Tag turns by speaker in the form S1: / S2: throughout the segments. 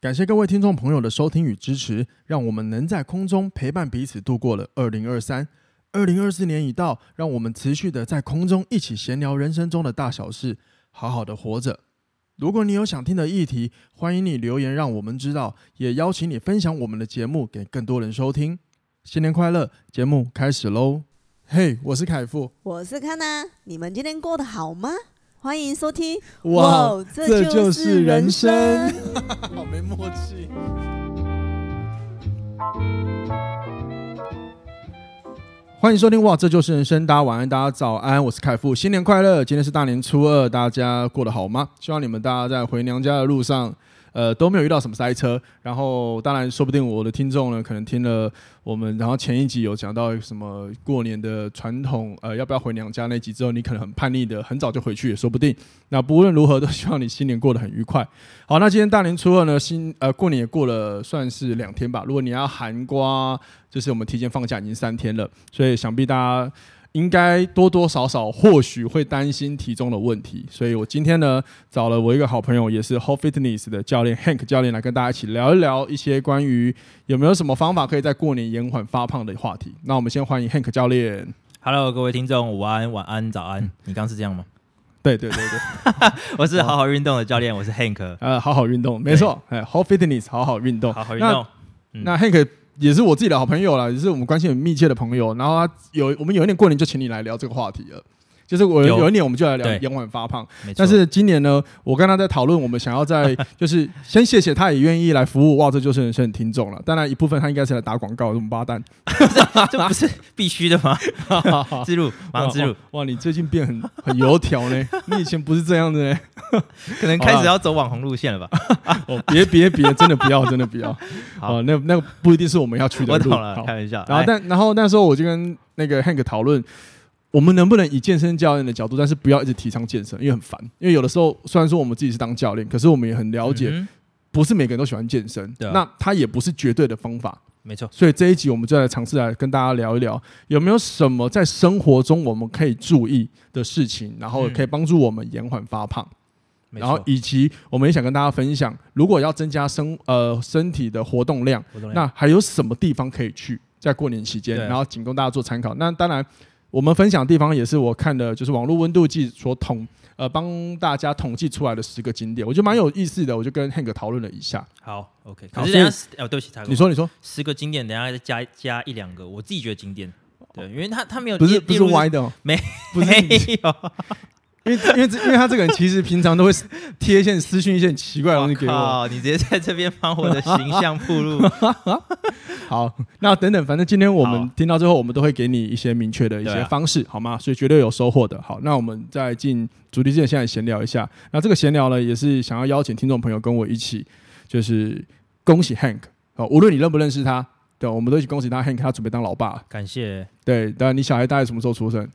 S1: 感谢各位听众朋友的收听与支持，让我们能在空中陪伴彼此度过了二零二三。二零二四年已到，让我们持续的在空中一起闲聊人生中的大小事，好好的活着。如果你有想听的议题，欢迎你留言让我们知道，也邀请你分享我们的节目给更多人收听。新年快乐！节目开始喽。嘿、我是凯富。
S2: 我是康娜，你们今天过得好吗？欢迎收听，
S1: 哇，
S2: 这就是人生。
S1: 好没默契。欢迎收听哇，这就是人生。大家晚安，大家早安，我是凯富，新年快乐！今天是大年初二，大家过得好吗？希望你们大家在回娘家的路上，呃，都没有遇到什么塞车。然后，当然，说不定我的听众呢，可能听了我们，然后前一集有讲到什么过年的传统，呃，要不要回娘家那集之后，你可能很叛逆的，很早就回去也说不定。那不论如何，都希望你新年过得很愉快。好，那今天大年初二呢，新呃过年也过了，算是两天吧。如果你要含瓜，就是我们提前放假已经三天了，所以想必大家应该多多少少或许会担心体重的问题。所以我今天呢找了我一个好朋友，也是 Whole Fitness 的教练 Hank 教练来跟大家一起聊一聊一些关于有没有什么方法可以在过年延缓发胖的话题。那我们先欢迎 Hank 教练。
S3: Hello，各位听众，午安、晚安、早
S1: 嗯
S3: 安。你刚是这样吗？
S1: 对对对对，
S3: 我是好好运动的教练，我是 Hank，
S1: 呃，好好运动，没错，哎，Whole Fitness 好好运动，
S3: 好好运
S1: 那
S3: 动。嗯
S1: 那 Hank 也是我自己的好朋友啦，也是我们关系很密切的朋友。然后他啊有我们有一年过年就请你来聊这个话题了，就是我有
S3: 有
S1: 一年我们就来聊
S3: 对
S1: 延缓发胖。
S3: 没错，
S1: 但是今年呢，我跟他在讨论，我们想要 在就是先谢谢他也愿意来服务哇，这就是人生的听众了。当然一部分他应该是来打广告，这么八蛋，
S3: 啊这不是必须的吗？自
S1: 哦
S3: 入， 马上自入
S1: 哇，哇，你最近变很很油条 呢，你以前不是这样的呢。
S3: 可能开始要走网红路 线了吧？
S1: 哦，别别别，真的不要，真的不要。
S3: 好
S1: 哦，那那个不一定是我们要去的
S3: 我
S1: 路。
S3: 懂了，
S1: 好
S3: 开玩笑。
S1: 然后
S3: 来
S1: 但然后那时候我就跟那个 Hank 讨论，我们能不能以健身教练的角度，但是不要一直提倡健身，因为很烦。因为有的时候虽然说我们自己是当教练，可是我们也很了解，
S3: 嗯哼
S1: 不是每个人都喜欢健身，
S3: 对啊
S1: 那它也不是绝对的方法。
S3: 没错，
S1: 所以这一集我们就来尝试来跟大家聊一聊，有没有什么在生活中我们可以注意的事情，然后可以帮助我们延缓发胖。
S3: 嗯没
S1: 然后
S3: 错。
S1: 以及我们也想跟大家分享，如果要增加生呃身体的活动量，
S3: 我懂了
S1: 那还有什么地方可以去？在过年期间，
S3: 对啊
S1: 然后仅供大家做参考。那当然，我们分享的地方也是我看的，就是网络温度计所统呃帮大家统计出来的十个景点，我觉得蛮有意思的。我就跟 Hank 讨论了一下，
S3: 好，OK。
S1: 好
S3: 可是等一下，哦，对不起，他
S1: 你说你说，
S3: 十个景点，等一下再加加一两个，我自己觉得景点。对，因为他他没有
S1: 不是
S3: 列
S1: 不
S3: 列
S1: 是
S3: 入
S1: 歪的、哦，
S3: 没
S1: 不是你
S3: 没 有，
S1: 因为因为因为他这个人其实平常都会 贴一些私讯一些很奇怪的东西给我。
S3: 靠，你直接在这边帮我的形象 铺路。
S1: 好，那等等，反正今天我们
S3: 好
S1: 听到最后，我们都会给你一些明确的一
S3: 对
S1: 些
S3: 啊
S1: 方式，好吗？所以绝对有收获的。好，那我们在进主题之前，现在闲聊一下。那这个闲聊呢，也是想要邀请听众朋友跟我一起，就是恭喜 Hank 哦，无论你认不认识他，对，我们都一起恭喜他，Hank 他准备当老爸了。
S3: 感谢。
S1: 对，但你小孩大概什么时候出生？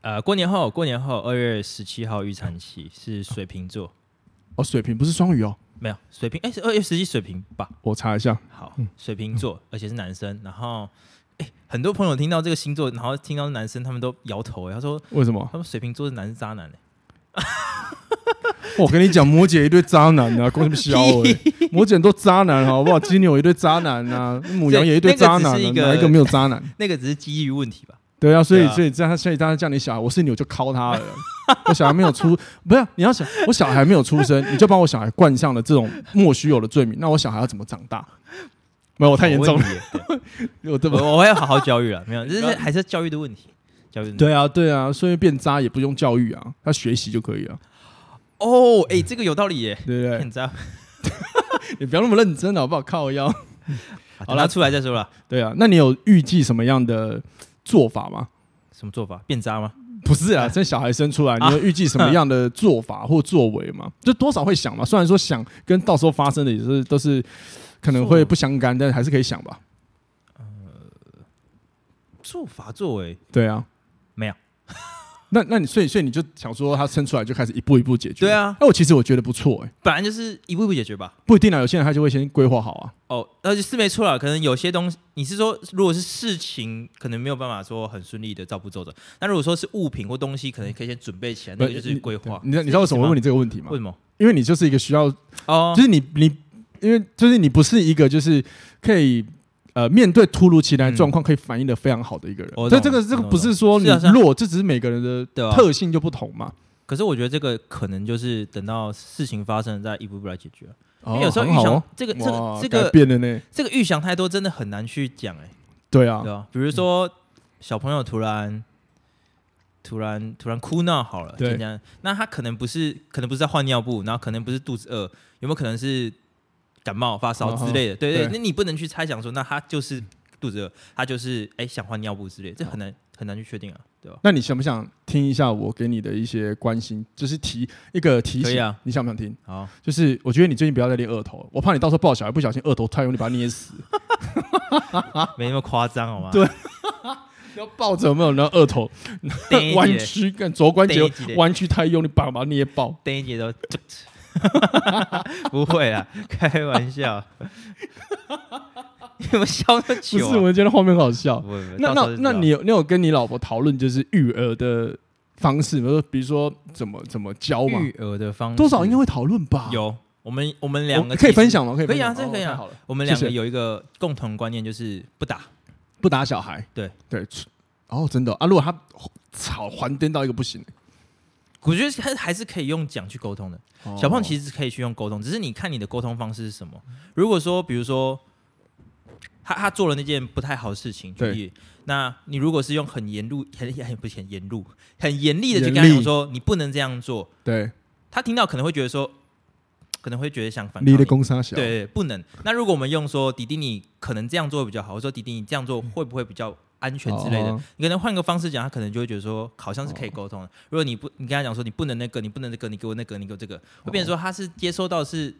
S3: 呃，过年后，过年后二月十七号预产期是水瓶座，
S1: 哦，水瓶不是双鱼哦，
S3: 没有水瓶，哎、是二月十七水瓶吧？
S1: 我查一下。
S3: 好，水瓶
S1: 嗯
S3: 座，而且是男生。然后，哎、很多朋友听到这个星座，然后听到是男生，他们都摇头、哎，他说
S1: 为什么？
S3: 他们水瓶座是男渣男、哎
S1: 我跟你讲，摩羯一堆渣男啊，光什么小我欸？摩羯很多渣男好不好？金牛一堆渣男 啊，母羊也一堆
S3: 对那
S1: 渣
S3: 个只
S1: 男、啊
S3: 是一，个
S1: 哪一个没有渣男？
S3: 那个只是机遇问题吧？
S1: 对啊，所以
S3: 对啊
S1: 所以这样，所以大家叫你小孩，我是你我就敲他了。 我小孩没有出，不是你要想，我小孩没有出生，你就把我小孩冠上了这种莫须有的罪名，那我小孩要怎么长大？没有，我哦太严重了，
S3: 了，
S1: 我这
S3: 欸对
S1: 么
S3: 我我会好好教育了，没有，这
S1: 不
S3: 是
S1: 要
S3: 还是教育的问题，教育的问题。
S1: 对啊，对啊，所以变渣也不用教育啊，他学习就可以了，
S3: 哦，哎、这个有道理耶、
S1: 对不 对？
S3: 很渣，
S1: 你不要那么认真好不好？靠腰。好
S3: 好
S1: 啦
S3: 了，出来再说了。
S1: 对啊，那你有预计什么样的做法吗？
S3: 什么做法？变渣吗？
S1: 不是啊，这小孩生出来，你有预计什么样的做法或作为吗？就多少会想嘛，虽然说想跟到时候发生的也是都是可能会不相干，但还是可以想吧。
S3: 做法作为
S1: 对啊，
S3: 没有。
S1: 那那你所以所以你就想说他生出来就开始一步一步解决？哎
S3: 对啊
S1: 那我其实我觉得不错哎、
S3: 本来就是一步一步解决吧。
S1: 不一定啊，有些人他就会先规划好啊。
S3: 哦，而且是没错啦，可能有些东西，你是说如果是事情，可能没有办法说很顺利的照步走着。那如果说是物品或东西，可能可以先准备起来，那个就是规划。
S1: 你知道你知道为什么会问
S3: 你？
S1: 你这个问题吗
S3: 为？什么？
S1: 因为你就是一个需要，
S3: 哦
S1: 就，是你你因为就是你不是一个就是可以呃面对突如其来的状况可以反应的非常好的一个人
S3: 嗯我。
S1: 这、
S3: 懂
S1: 这个这个
S3: 我懂
S1: 不是说你
S3: 是啊是啊
S1: 弱，这只是每个人
S3: 对
S1: 的
S3: 啊
S1: 特性就不同嘛。
S3: 可是我觉得这个可能就是等到事情发生了再一步一步来解决。因
S1: 哦
S3: 为有时候
S1: 很
S3: 预
S1: 好
S3: 想、
S1: 哦
S3: 这个这
S1: 哇
S3: 个这
S1: 改
S3: 个
S1: 变了呢，
S3: 这个预想太多，真的很难去讲哎、
S1: 对啊
S3: 对，啊，比如说小朋友突然突然突然哭闹好了，
S1: 对
S3: 简单，那他可能不是可能不是在换尿布，然后可能不是肚子饿，有没有可能是感冒发烧之类的？对对
S1: 嗯对
S3: 那你不能去猜想说，那他就是肚子饿，他就是哎、想换尿布之类的，这很
S1: 哦
S3: 难很难去确定啊，对吧？
S1: 那你想不想听一下我给你的一些关心，就是提一个提
S3: 可以
S1: 醒？
S3: 啊
S1: 你想不想听？
S3: 好，
S1: 就是我觉得你最近不要再练二头，我怕你到时候抱小孩不小心二头太用力把它捏 死，
S3: 没那么夸张好吗？
S1: 对要抱着有没有？然后二头
S3: 对
S1: 弯曲，跟肘关节
S3: 对对对
S1: 弯曲太用力，把把它捏爆。
S3: 等一节都 不会啦，开玩 笑。你们笑那么
S1: 不
S3: 久、
S1: 是，
S3: 啊？
S1: 我觉得后面好笑。
S3: 不会不会
S1: 那
S3: 到时
S1: 那
S3: 候就知
S1: 那
S3: 道
S1: 你有你有跟你老婆讨论就是育儿的方式，比如说比如说怎么怎么教嘛，
S3: 育嗯儿的方式
S1: 多少应该会讨论吧？
S3: 有。我们我们两
S1: 我
S3: 个
S1: 可以
S3: 其实
S1: 分，享吗？可以
S3: 可
S1: 分
S3: 以啊
S1: 享
S3: 这个
S1: 哦
S3: 可以啊
S1: 太好了，
S3: 我们两
S1: 谢
S3: 个
S1: 谢
S3: 有一个共同观念，就是不打。
S1: 不打小孩。
S3: 对
S1: 对，哦，真的哦啊，如果他吵还颠到一个不行，
S3: 我觉得还还是可以用讲去沟通的。小胖
S1: 实
S3: 其实是可以去用沟通，只是你看你的沟通方式是什么。如果说，比如说他他做了那件不太好的事情，举
S1: 对
S3: 例，那你如果是用很严入、很很不是很严入、很严厉的去
S1: 严
S3: 跟他讲
S1: 厉
S3: 说你不能这样做，
S1: 对
S3: 他听到可能会觉得说，可能会觉得想反抗
S1: 你的
S3: 你。
S1: 攻杀小，
S3: 对，对，不能。那如果我们用说弟弟你可能这样做会比较好，我说弟弟你这样做会不会比较安全之类的？
S1: 哦
S3: 你可能换个方式讲，他可能就会觉得说好像是可以沟通的。如果你不，你跟他讲说你不能那个，你不能那个，你给我那个，你给我这个，会变成说他是接收到的是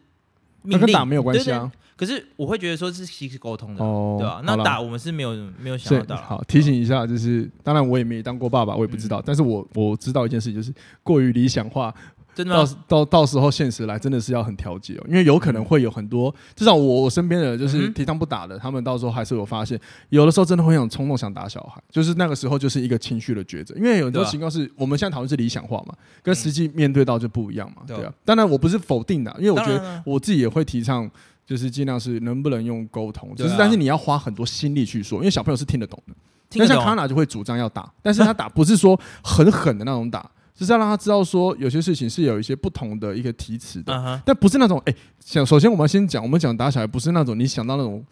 S1: 那
S3: 命
S1: 哦跟
S3: 令，
S1: 打没有关系
S3: 对。
S1: 啊。
S3: 对可是我会觉得说是其实沟通的，
S1: 哦
S3: 嗯对吧、啊
S1: 好
S3: 那
S1: 啦
S3: 打我们是没有没有想
S1: 是
S3: 要打嗯啦，
S1: 好提醒一下，就是当然我也没当过爸爸，我也不知
S3: 嗯
S1: 道，但是我我知道一件事，就是过于理想化，
S3: 哦真的
S1: 到
S3: 吗？
S1: 到到时候现实来真的是要很调节、哦，因为有可能会有很多，至少我我身边的人就是
S3: 嗯嗯哼
S1: 提倡不打的，他们到时候还是有发现，有的时候真的会很冲动想打小孩，就是那个时候就是一个情绪的抉择，因为有很多
S3: 对啊
S1: 情况是我们现在讨论是理想化嘛，跟实际面对到就不一样嘛，
S3: 嗯对啊
S1: 对啊。当然我不是否定的，因为我觉
S3: 当然
S1: 得
S3: 啊
S1: 我自己也会提倡。就是尽量是能不能用沟通，只
S3: 对啊
S1: 是但是你要花很多心力去说，因为小朋友是听得懂的。那
S3: 听得
S1: 像
S3: 懂
S1: 康
S3: 啊。
S1: 纳就会主张要打， 但是他打不是说很狠的那种打，就是要让他知道说有些事情是有一些不同的一个提词的，
S3: 嗯哼，
S1: 但不是那种哎，想、首先我们要先讲，我们讲打小孩不是那种你想到那种。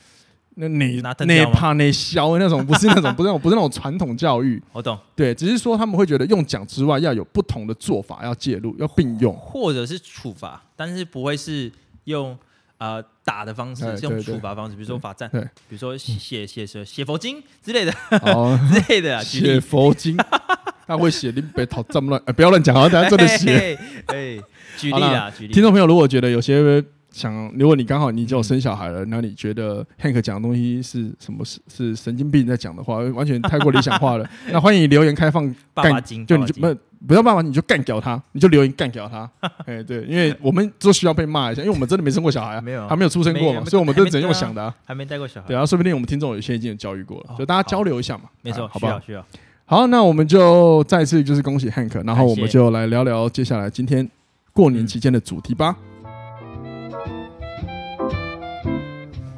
S1: 那你
S3: 拿藤
S1: 那
S3: 条吗
S1: 怕那削的那种，不是那种，不是那种，不是那种传统教 育，
S3: 我懂。
S1: 对，只是说他们会觉得用讲之外要有不同的做法，要介入，要并 用。
S3: 或者是处罚，但是不会是用呃打的方式
S1: 哎，
S3: 是用
S1: 对对嗯
S3: 处罚方式，比如说罚站，
S1: 对
S3: 比如说写写写写佛经之类的
S1: 哦，
S3: 之类的啊，举
S1: 写
S3: 例
S1: 佛 经，他会写林北讨这么乱，哎不要乱讲啊，等下真的写。
S3: 嘿 嘿哎，举例
S1: 好
S3: 啦，
S1: 啦
S3: 举
S1: 听
S3: 例，
S1: 众朋友，如果觉得有些想，如果你刚好你已经有生小孩了，那你觉得 Hank 讲的东西是什么？是是神经病在讲的话，完全太过理想化 了。那欢迎你留言开放
S3: 爸爸
S1: 干
S3: 经
S1: 就你
S3: 爸爸
S1: 就
S3: 经
S1: 不不要爸爸，你就干掉他，你就留言干掉 他。哎，对，因为我们都需要被骂一下，因为我们真的没生过小孩啊，
S3: 没有啊
S1: 还没有出生过
S3: 没
S1: 嘛，
S3: 没
S1: 所以我们都只能
S3: 还没
S1: 用想的啊。
S3: 还没带过小孩
S1: 对，啊，说不定我们听众有些已经有教育过了
S3: 哦，
S1: 就大家
S3: 好
S1: 交流一下嘛，
S3: 没错
S1: 啊，好
S3: 需
S1: 不好
S3: 要？需要，
S1: 好，那我们就再次就是恭喜 Hank，然后我们
S3: 感谢
S1: 就来聊聊接下来今天过年期间的主题吧。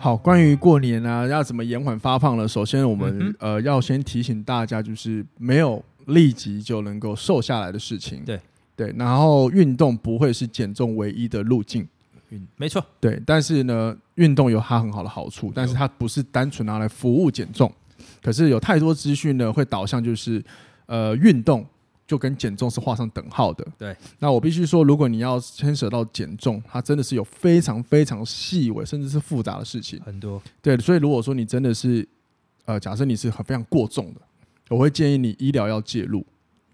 S1: 好，关于过年啊，要怎么延缓发放呢？首先，我们、
S3: 嗯
S1: 呃要先提醒大家，就是没有立即就能够瘦下来的事情。
S3: 对
S1: 对，然后运动不会是减重唯一的路径。
S3: 嗯没错，
S1: 对，但是呢，运动有它很好的好处，但是它不是单纯拿来服务减重。可是有太多资讯呢，会导向就是，呃，运动就跟减重是画上等号的。
S3: 对，
S1: 那我必须说，如果你要牵扯到减重，它真的是有非常非常细微甚至是复杂的事情。
S3: 很多
S1: 对，所以如果说你真的是，呃，假设你是很非常过重的，我会建议你医疗要介入。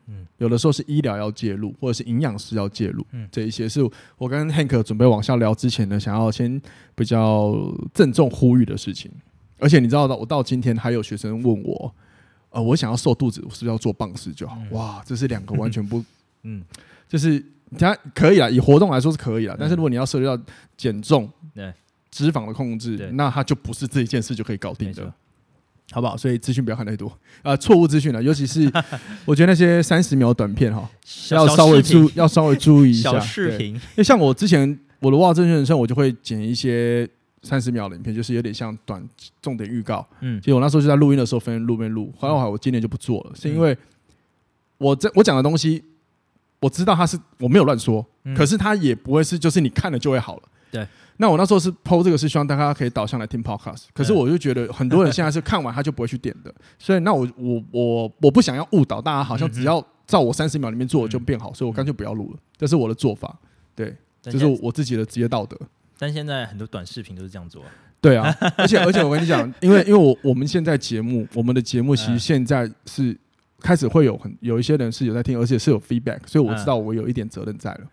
S3: 嗯
S1: 有的时候是医疗要介入，或者是营养师要介入，
S3: 嗯
S1: 这一些是我跟 Hank 准备往下聊之前呢，想要先比较郑重呼吁的事情。而且你知道的，我到今天还有学生问我，呃，我想要瘦肚子，我是不是要做棒式就好？
S3: 嗯
S1: 哇，这是两个完全不，
S3: 嗯，
S1: 就是它可以啊，以活动来说是可以啦，
S3: 嗯
S1: 但是如果你要涉及到减重、
S3: 对
S1: 脂肪的控制
S3: 对，
S1: 那它就不是这一件事就可以搞定
S3: 没
S1: 的
S3: 错。，
S1: 好不好？所以资讯不要看太多，啊，错误资讯了，尤其是 我觉得那些三十秒短片哈，
S3: 小
S1: 要稍微注
S3: 小视频
S1: 要稍微注意一下。
S3: 小视
S1: 对，
S3: 频
S1: 因为像我之前我的哇正确人生，我就会剪一些三十秒的影片，就是有点像短重点预告。
S3: 嗯
S1: 其实我那时候就在录音的时候分路边录，后来我今年就不做了，是因为我这我讲的东西，我知道他是我没有乱说，
S3: 嗯
S1: 可是他也不会是就是你看了就会好了。
S3: 对。
S1: 那我那时候是 PO 这个是希望大家可以导向来听 podcast，可是
S3: 对
S1: 我就觉得很多人现在是看完他就不会去点的， 所以那我我我我不想要误导大家，好像只要照我三十秒里面做
S3: 嗯
S1: 我就变好，所以我干脆不要录了，这是我的做法，对，
S3: 但
S1: 这是
S3: 现
S1: 我自己的职业道德。
S3: 但现在很多短视频都是这样做啊，
S1: 对 啊，而且而且我跟你讲，因为因为我我们现在节目，我们的节目其实
S3: 嗯
S1: 现在是开始会有很有一些人是有在听，而且是有 feedback，所以我知道我有一点责任在了。
S3: 嗯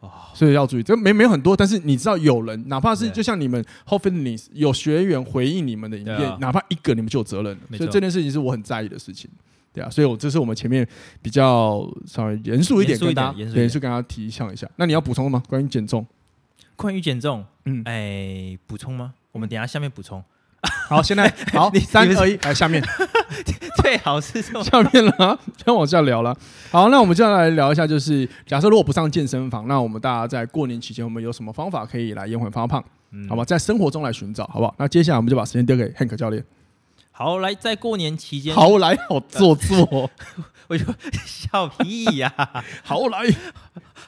S3: 哦
S1: 所以要注意，这没没有很多，但是你知道有人，哪怕是
S3: 对
S1: 就像你们 h o p e n l y 有学员回应你们的影
S3: 对
S1: 片，
S3: 啊
S1: 哪怕一个，你们就有责任了。
S3: 没错
S1: 所以这件事情是我很在意的事情，对啊，所以我这是我们前面比较稍微严肃一点
S3: 严肃
S1: 跟
S3: 一点
S1: 大家
S3: 严肃一
S1: 对
S3: 点
S1: 严肃跟大家提倡一下。那你要补充的吗？关于减 重？
S3: 关于减重，
S1: 嗯
S3: 嗯，哎，补充吗？我们等一下下面 补充，
S1: 好，现在好，
S3: 你
S1: 三
S3: 你不
S1: 二一，来下面。
S3: 最好是这种
S1: 下面了啊，先往下聊了。好，那我们接下来聊一下，就是假设如果不上健身房，那我们大家在过年期间，我们有什么方法可以来延缓发胖？
S3: 嗯
S1: 好吧，在生活中来寻找，好不好？那接下来我们就把时间丢给 Hank 教练。
S3: 好，来，在过年期间，
S1: 好来好做 作，
S3: 我就笑屁呀、
S1: 好来，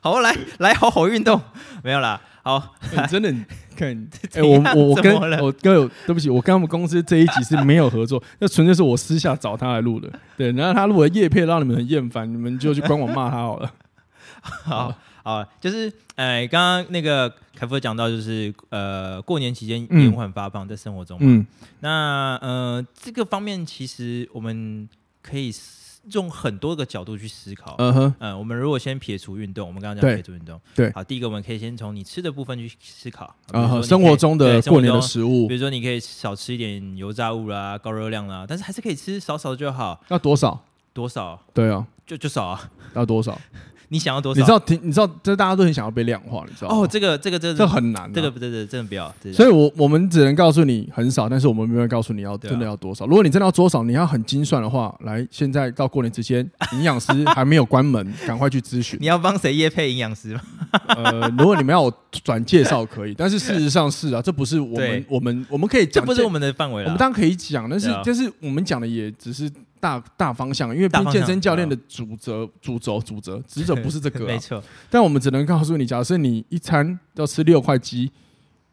S3: 好来来好好运动， 没有啦，好，
S1: 欸 真的你看，哎、
S3: 怎
S1: 我
S3: 样
S1: 我我
S3: 怎
S1: 跟
S3: 么了
S1: 我跟我对不起，我跟他们公司这一集是没有合作， 那纯粹是我私下找他来录的。对，然后他录了叶片，让你们很厌烦，你们就去官网骂他 好了。
S3: 好好，就是呃，刚刚那个凯夫讲到，就是呃，过年期间
S1: 嗯
S3: 延缓发胖在生活中嘛，
S1: 嗯，
S3: 那呃，这个方面其实我们可以思用很多个角度去思考。
S1: 嗯哼，
S3: 呃，我们如果先撇除运动，我们刚刚讲
S1: 对
S3: 撇除运动，
S1: 对
S3: 好，第一个我们可以先从你吃的部分去思考，比如
S1: 啊
S3: 说
S1: 哈，
S3: 你
S1: 生
S3: 可以
S1: 活中的
S3: 对生活
S1: 过年的
S3: 中
S1: 食物
S3: 比如说你可以少吃一点油炸物啦、高热量啦，但是还是可以吃少少就好，
S1: 要多少？
S3: 多少
S1: 对啊，
S3: 就就少啊，
S1: 要多少？
S3: 你想要多少？
S1: 你知道，挺你知道，这大家都很想要被量化，你知道吗
S3: 哦，这个这个这
S1: 这
S3: 个
S1: 很难啊、
S3: 这个不这个真的不要，这个
S1: 所以我我们只能告诉你很少，但是我们没有告诉你要
S3: 对啊
S1: 真的要多少。如果你真的要多少，你要很精算的话，来，现在到过年之间，营养师还没有关门，赶快去咨 询
S3: 你。要帮谁业配营养师吗？
S1: 呃，如果你们要我转介绍可以，但是事实上是啊，这不是我们
S3: 对
S1: 我们我们可以
S3: 这
S1: 讲，
S3: 不是我们的范围
S1: 我
S3: 了。
S1: 们当然可以讲，但是
S3: 对啊
S1: 但是我们讲的也只是大大方向，因为毕
S3: 大
S1: 竟
S3: 方向啊
S1: 健身教练的主责主轴主责职责不是这个、啊
S3: 没，错，
S1: 但我们只能告诉你，假设你一餐要吃六块鸡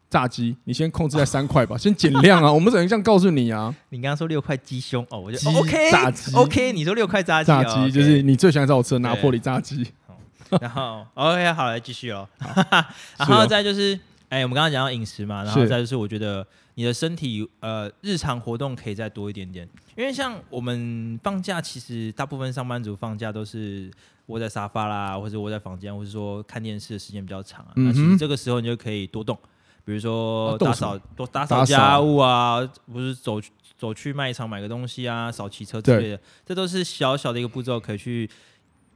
S1: 炸鸡，你先控制在三块吧，先减量啊。我 们只能这样告诉你啊。
S3: 你刚刚说六块鸡胸哦，我就
S1: 鸡
S3: 哦 OK
S1: 炸鸡
S3: OK，你说六块炸鸡
S1: 炸
S3: 哦，
S1: 鸡
S3: OK
S1: 就是你最喜欢找我吃的拿破里炸鸡，
S3: 然后 OK 好，来继续哦。 然
S1: 是哦
S3: 后再就是，哎，我们刚刚讲到饮食嘛，然后
S1: 是
S3: 再就是，我觉得你的身体呃日常活动可以再多一点点，因为像我们放假，其实大部分上班族放假都是窝在沙发啦，或者窝在房间，或者说看电视的时间比较长啊。那其
S1: 嗯哼
S3: 实这个时候你就可以多动，比如说
S1: 啊动
S3: 打
S1: 什么
S3: 扫多打
S1: 打
S3: 扫
S1: 扫
S3: 家务啊，不是走去走去卖场买个东西啊，少骑车之类的，这都是小小的一个步骤，可以去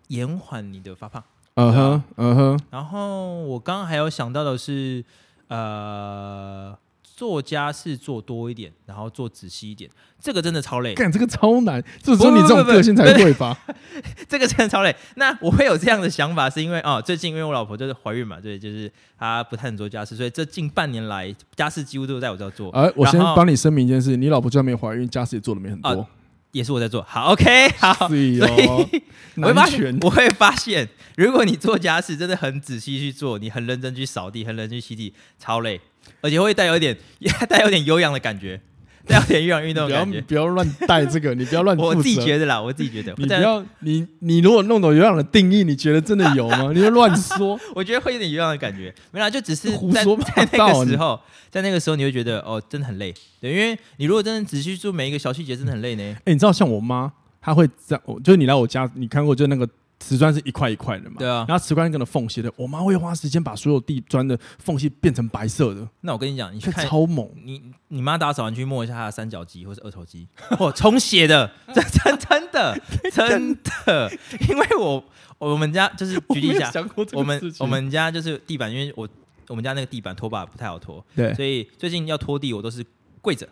S3: 延缓你的发胖。
S1: 嗯哼
S3: 啊
S1: 嗯哼，
S3: 然后我刚刚还有想到的是，呃，做家事做多一点，然后做仔细一点，这个真的超累，
S1: 干这个超难，这只有你这种
S3: 不不不不
S1: 个性才会吧？
S3: 这个真的超累。那我会有这样的想法，是因为哦，最近因为我老婆就是怀孕嘛，对，就是她不太能做家事，所以这近半年来家事几乎都在我这做，
S1: 哎，我先
S3: 然后
S1: 帮你声明一件事，你老婆居然没怀孕，家事也做的没很多
S3: 啊，也是我在做。好，OK，好，
S1: 是
S3: 所
S1: 哦
S3: 以，我会
S1: 男
S3: 发
S1: 权
S3: 现，我会发现，如果你做家事真的很仔细去做，你很认真去扫地，很认真去吸地，超累，而且会带有一点 带有点有氧的感觉，带有点有氧运动
S1: 不
S3: 的
S1: 要
S3: 感觉。
S1: 不要乱带这个，你不要乱
S3: 我
S1: 负
S3: 自己
S1: 责
S3: 觉得啦，我自己觉得，
S1: 你
S3: 但
S1: 不要你你如果弄懂有氧的定义，你觉得真的有吗？ 你就乱说，
S3: 我觉得会有点有氧的感觉，没啦，就只是
S1: 胡
S3: 在
S1: 说
S3: 在
S1: 八
S3: 那
S1: 道
S3: 个
S1: 你
S3: 时候，在那个时候你会觉得哦，真的很累，对，因为你如果真的仔细做每一个小细节，真的很累呢。
S1: 哎、你知道像我妈，她会在，我就是你来我家，你看过就那个瓷砖是一块一块的嘛？
S3: 对啊
S1: 然后瓷砖跟的缝隙的，我妈会花时间把所有地砖的缝隙变成白色的，
S3: 那我跟你讲，你去
S1: 看
S3: 看
S1: 超猛。
S3: 你你妈打扫完去摸一下她的三角肌或是二头肌，哦，重写的，真真 真的真的，因为我我们家就是举例一
S1: 我没有
S3: 下，
S1: 想过这
S3: 我
S1: 个
S3: 们
S1: 事情
S3: 我们家就是地板，因为我我们家那个地板拖把不太好拖，
S1: 对
S3: 所以最近要拖地我都是跪着，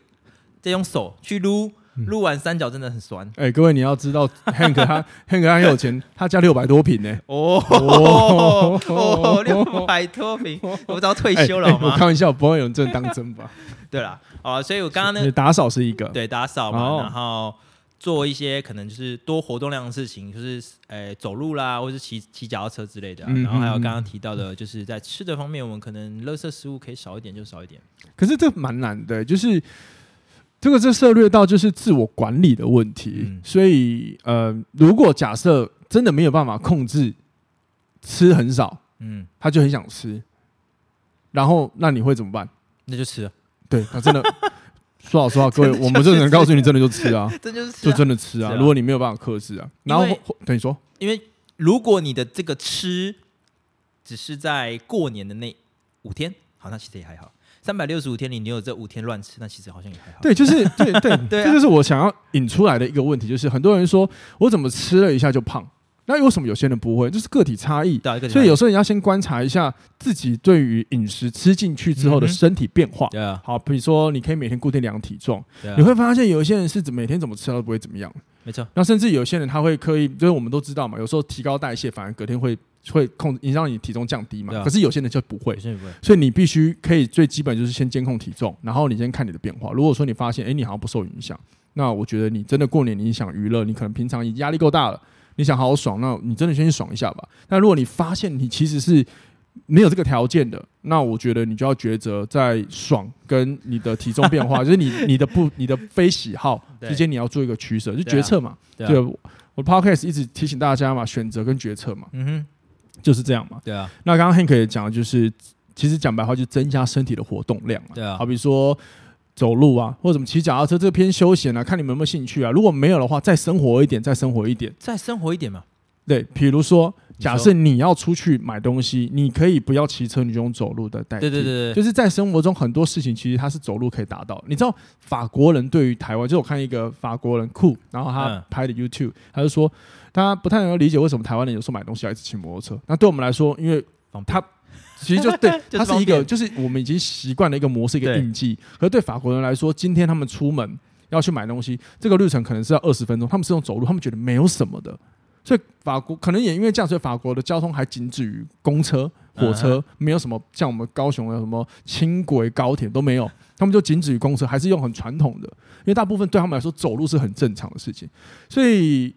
S3: 再用手去撸，
S1: 嗯
S3: 录完三角真的很酸
S1: 哎、各位你要知道，Hank 他 Hank 他很有钱，他家六百多平呢、
S3: 哦
S1: 哦
S3: 哦，六百多 平，我早退
S1: 哎
S3: 休了好
S1: 哎我
S3: 吗？
S1: 开玩笑，不会有人真的当真吧？
S3: 对啦，哦，所以我刚 刚那
S1: 你
S3: 个
S1: 打扫是一个，
S3: 对打扫嘛，
S1: 哦
S3: 然后做一些可能就是多活动量的事情，就是诶、呃走路啦，或是骑骑脚踏车之类的啊、
S1: 嗯
S3: 然后还有
S1: 嗯嗯
S3: 刚刚提到的，就是在吃的方面，我们可能垃圾食物可以少一点就少一点。
S1: 可是这蛮难的，欸就是这个这涉略到就是自我管理的问题。
S3: 嗯
S1: 所以呃，如果假设真的没有办法控制吃很少，
S3: 嗯，
S1: 他就很想吃，然后那你会怎么办？
S3: 那 就吃了，
S1: 对，那真的说老实 话，各位，
S3: 真的就是
S1: 我们就只能告诉你，真的就吃啊，
S3: 这就是吃
S1: 就
S3: 啊、
S1: 真的吃啊。
S3: 是啊
S1: 如果你没有办法克制啊，然后
S3: 因为
S1: 或对你说，
S3: 因为如果你的这个吃只是在过年的那五天，好，那其实也还好。三百六十五天里，你有这五天乱吃，那其实好像也还好。
S1: 对，就是对对
S3: 对啊
S1: 这就是我想要引出来的一个问题，就是很多人说我怎么吃了一下就胖，那为什么有些人不会？就是个体差异。
S3: 对啊，一个
S1: 所以有时候你要先观察一下自己对于饮食吃进去之后的
S3: 嗯哼
S1: 身体变化。
S3: 对啊，
S1: 好，比如说你可以每天固定量体重，
S3: 对啊
S1: 你，会发现有一些人是怎么每天怎么吃他都不会怎么样，
S3: 没错，
S1: 那甚至有些人他会刻意，就是我们都知道嘛，有时候提高代谢反而隔天会会控，你让你体重降低
S3: 对
S1: 嘛。
S3: 啊
S1: 可是有些人就不会
S3: 有，些人不会。
S1: 所以你必须可以最基本就是先监控体重，然后你先看你的变化。如果说你发现，诶，你好像不受影响，那我觉得你真的过年你想娱乐，你可能平常已经压力够大了，你想好好爽，那你真的先去爽一下吧。那如果你发现你其实是没有这个条件的，那我觉得你就要抉择在爽跟你的体重变 化，就是你你的不你的非喜好
S3: 对
S1: 之间，你要做一个取舍，就
S3: 对啊
S1: 决策嘛。
S3: 对
S1: 就
S3: 啊，
S1: 我我 podcast 一直提醒大家嘛，选择跟决策嘛，
S3: 嗯哼，
S1: 就是这样嘛。
S3: 对啊，
S1: 那刚刚 Hank 也讲，就是其实讲白话，就是增加身体的活动量啊。
S3: 对啊
S1: 好比说走路啊，或者什么骑脚踏车，这偏休闲啊，看你们有没有兴趣啊。如果没有的话，再生活一点，再生活一点。
S3: 再生活一点嘛。
S1: 对，比如说，
S3: 你说
S1: 假设你要出去买东西，你可以不要骑车，你就用走路的代替。
S3: 对对对对，
S1: 哎就是在生活中很多事情，其实他是走路可以达到的。你知道法国人对于台湾，就我看一个法国人酷，然后他
S3: 嗯
S1: 拍的 YouTube，、他就说他不太能够理解为什么台湾人有时候买东西要一直骑摩托车。那对我们来说，因为
S3: 方便
S1: 他其实就对，
S3: 就是
S1: 它是一个
S3: 方便
S1: 就是我们已经习惯的一个模式，一个
S3: 对
S1: 印记。可是对法国人来说，今天他们出门要去买东西，这个路程可能是要二十分钟，他们是用走路，他们觉得没有什么的。所以法国可能也因为这样，所以法国的交通还仅止于公车、火车，
S3: 啊
S1: 没有什么像我们高雄的什么轻轨、高铁都没有，他们就仅止于公车，还是用很传统的，因为大部分对他们来说走路是很正常的事情。所以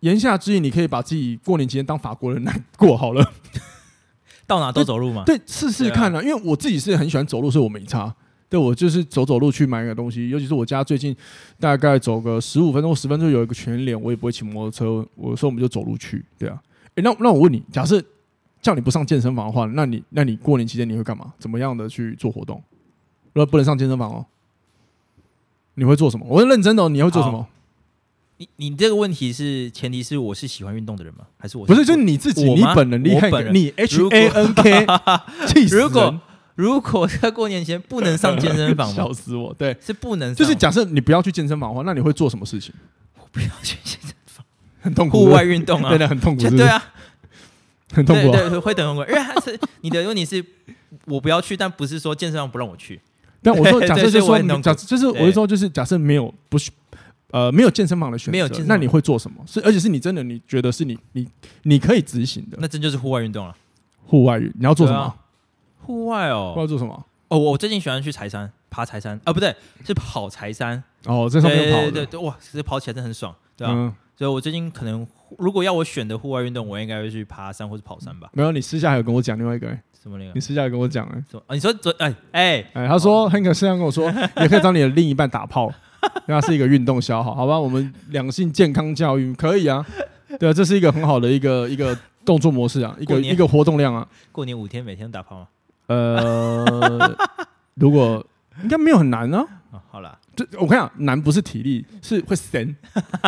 S1: 言下之意，你可以把自己过年期间当法国人来过好了，
S3: 到哪都走路嘛。
S1: 对，试试看啊，因为我自己是很喜欢走路，所以我没差。对，我就是走走路去买个东西，尤其是我家最近大概走个十五分钟、十分钟有一个全脸，我也不会骑摩托车，我说我们就走路去，对啊。诶，那那我问你，假设叫你不上健身房的话，那你那你过年期间你会干嘛？怎么样的去做活动？如果不能上健身房哦，你会做什么？我是认真的、哦，你会做什
S3: 啊
S1: 么？
S3: 你你这个问题是前提是我是喜欢运动的人吗？还是我
S1: 不是，就你自己，
S3: 我
S1: 你
S3: 吗
S1: 本人厉害
S3: 我本，人
S1: 你 H
S3: 如果
S1: A N K，气死人！
S3: 如果如果在过年前不能上健身房 吗
S1: 笑？死我，对。
S3: 是不能上，
S1: 就是假设你不要去健身房的话，那你会做什么事 情？
S3: 我不要去健身，
S1: 很痛苦，
S3: 户外运动
S1: 对
S3: 啊
S1: 不对，真，的很痛苦，
S3: 就是
S1: 不
S3: 对
S1: 是？
S3: 啊，
S1: 很痛
S3: 对
S1: 苦啊。
S3: 对对会等很久，因为他是你的问题是我不要去，但不是说健身房不让我去，
S1: 但我说，
S3: 对
S1: 假设就
S3: 对
S1: 是
S3: 所以我
S1: 说
S3: 很痛，苦
S1: 假设就是我是说，就是假设没有不是呃没有健身房的选择，
S3: 没有健身
S1: 那
S3: 房
S1: 你会做什么？是而且是你真的你觉得是你你你可以执行的
S3: 那真就是户外运动了。
S1: 户外你要做什
S3: 对
S1: 么
S3: 啊？户
S1: 不
S3: 外
S1: 知
S3: 哦
S1: 道做什么？
S3: 哦，我最近喜欢去柴山爬柴山啊，不对，是跑柴山，
S1: 哦，在
S3: 对
S1: 上面跑
S3: 对
S1: 的，
S3: 对对，哇，其实跑起来真的很爽，对啊，
S1: 嗯，
S3: 所以我最近可能如果要我选的户外运动，我应该会去爬山或是跑山吧，
S1: 没有，你私下还有跟我讲另外一个，哎
S3: 什么那个
S1: 你私下有跟我讲，哎
S3: 什么啊？你说昨哎哎
S1: 哎，他说 Hank 私下跟我说， 也可以找你的另一半打炮，因为他是一个运动消耗，好吧？我们两性健康教育可以啊，对啊，这是一个很好的一个一个动作模式啊，一个
S3: 过年
S1: 一个活动量啊，
S3: 过年五天每天都打炮吗？
S1: 呃， 如果应该没有很难啊。
S3: 啊，好啦，
S1: 就我跟你讲，难不是体力，是会神。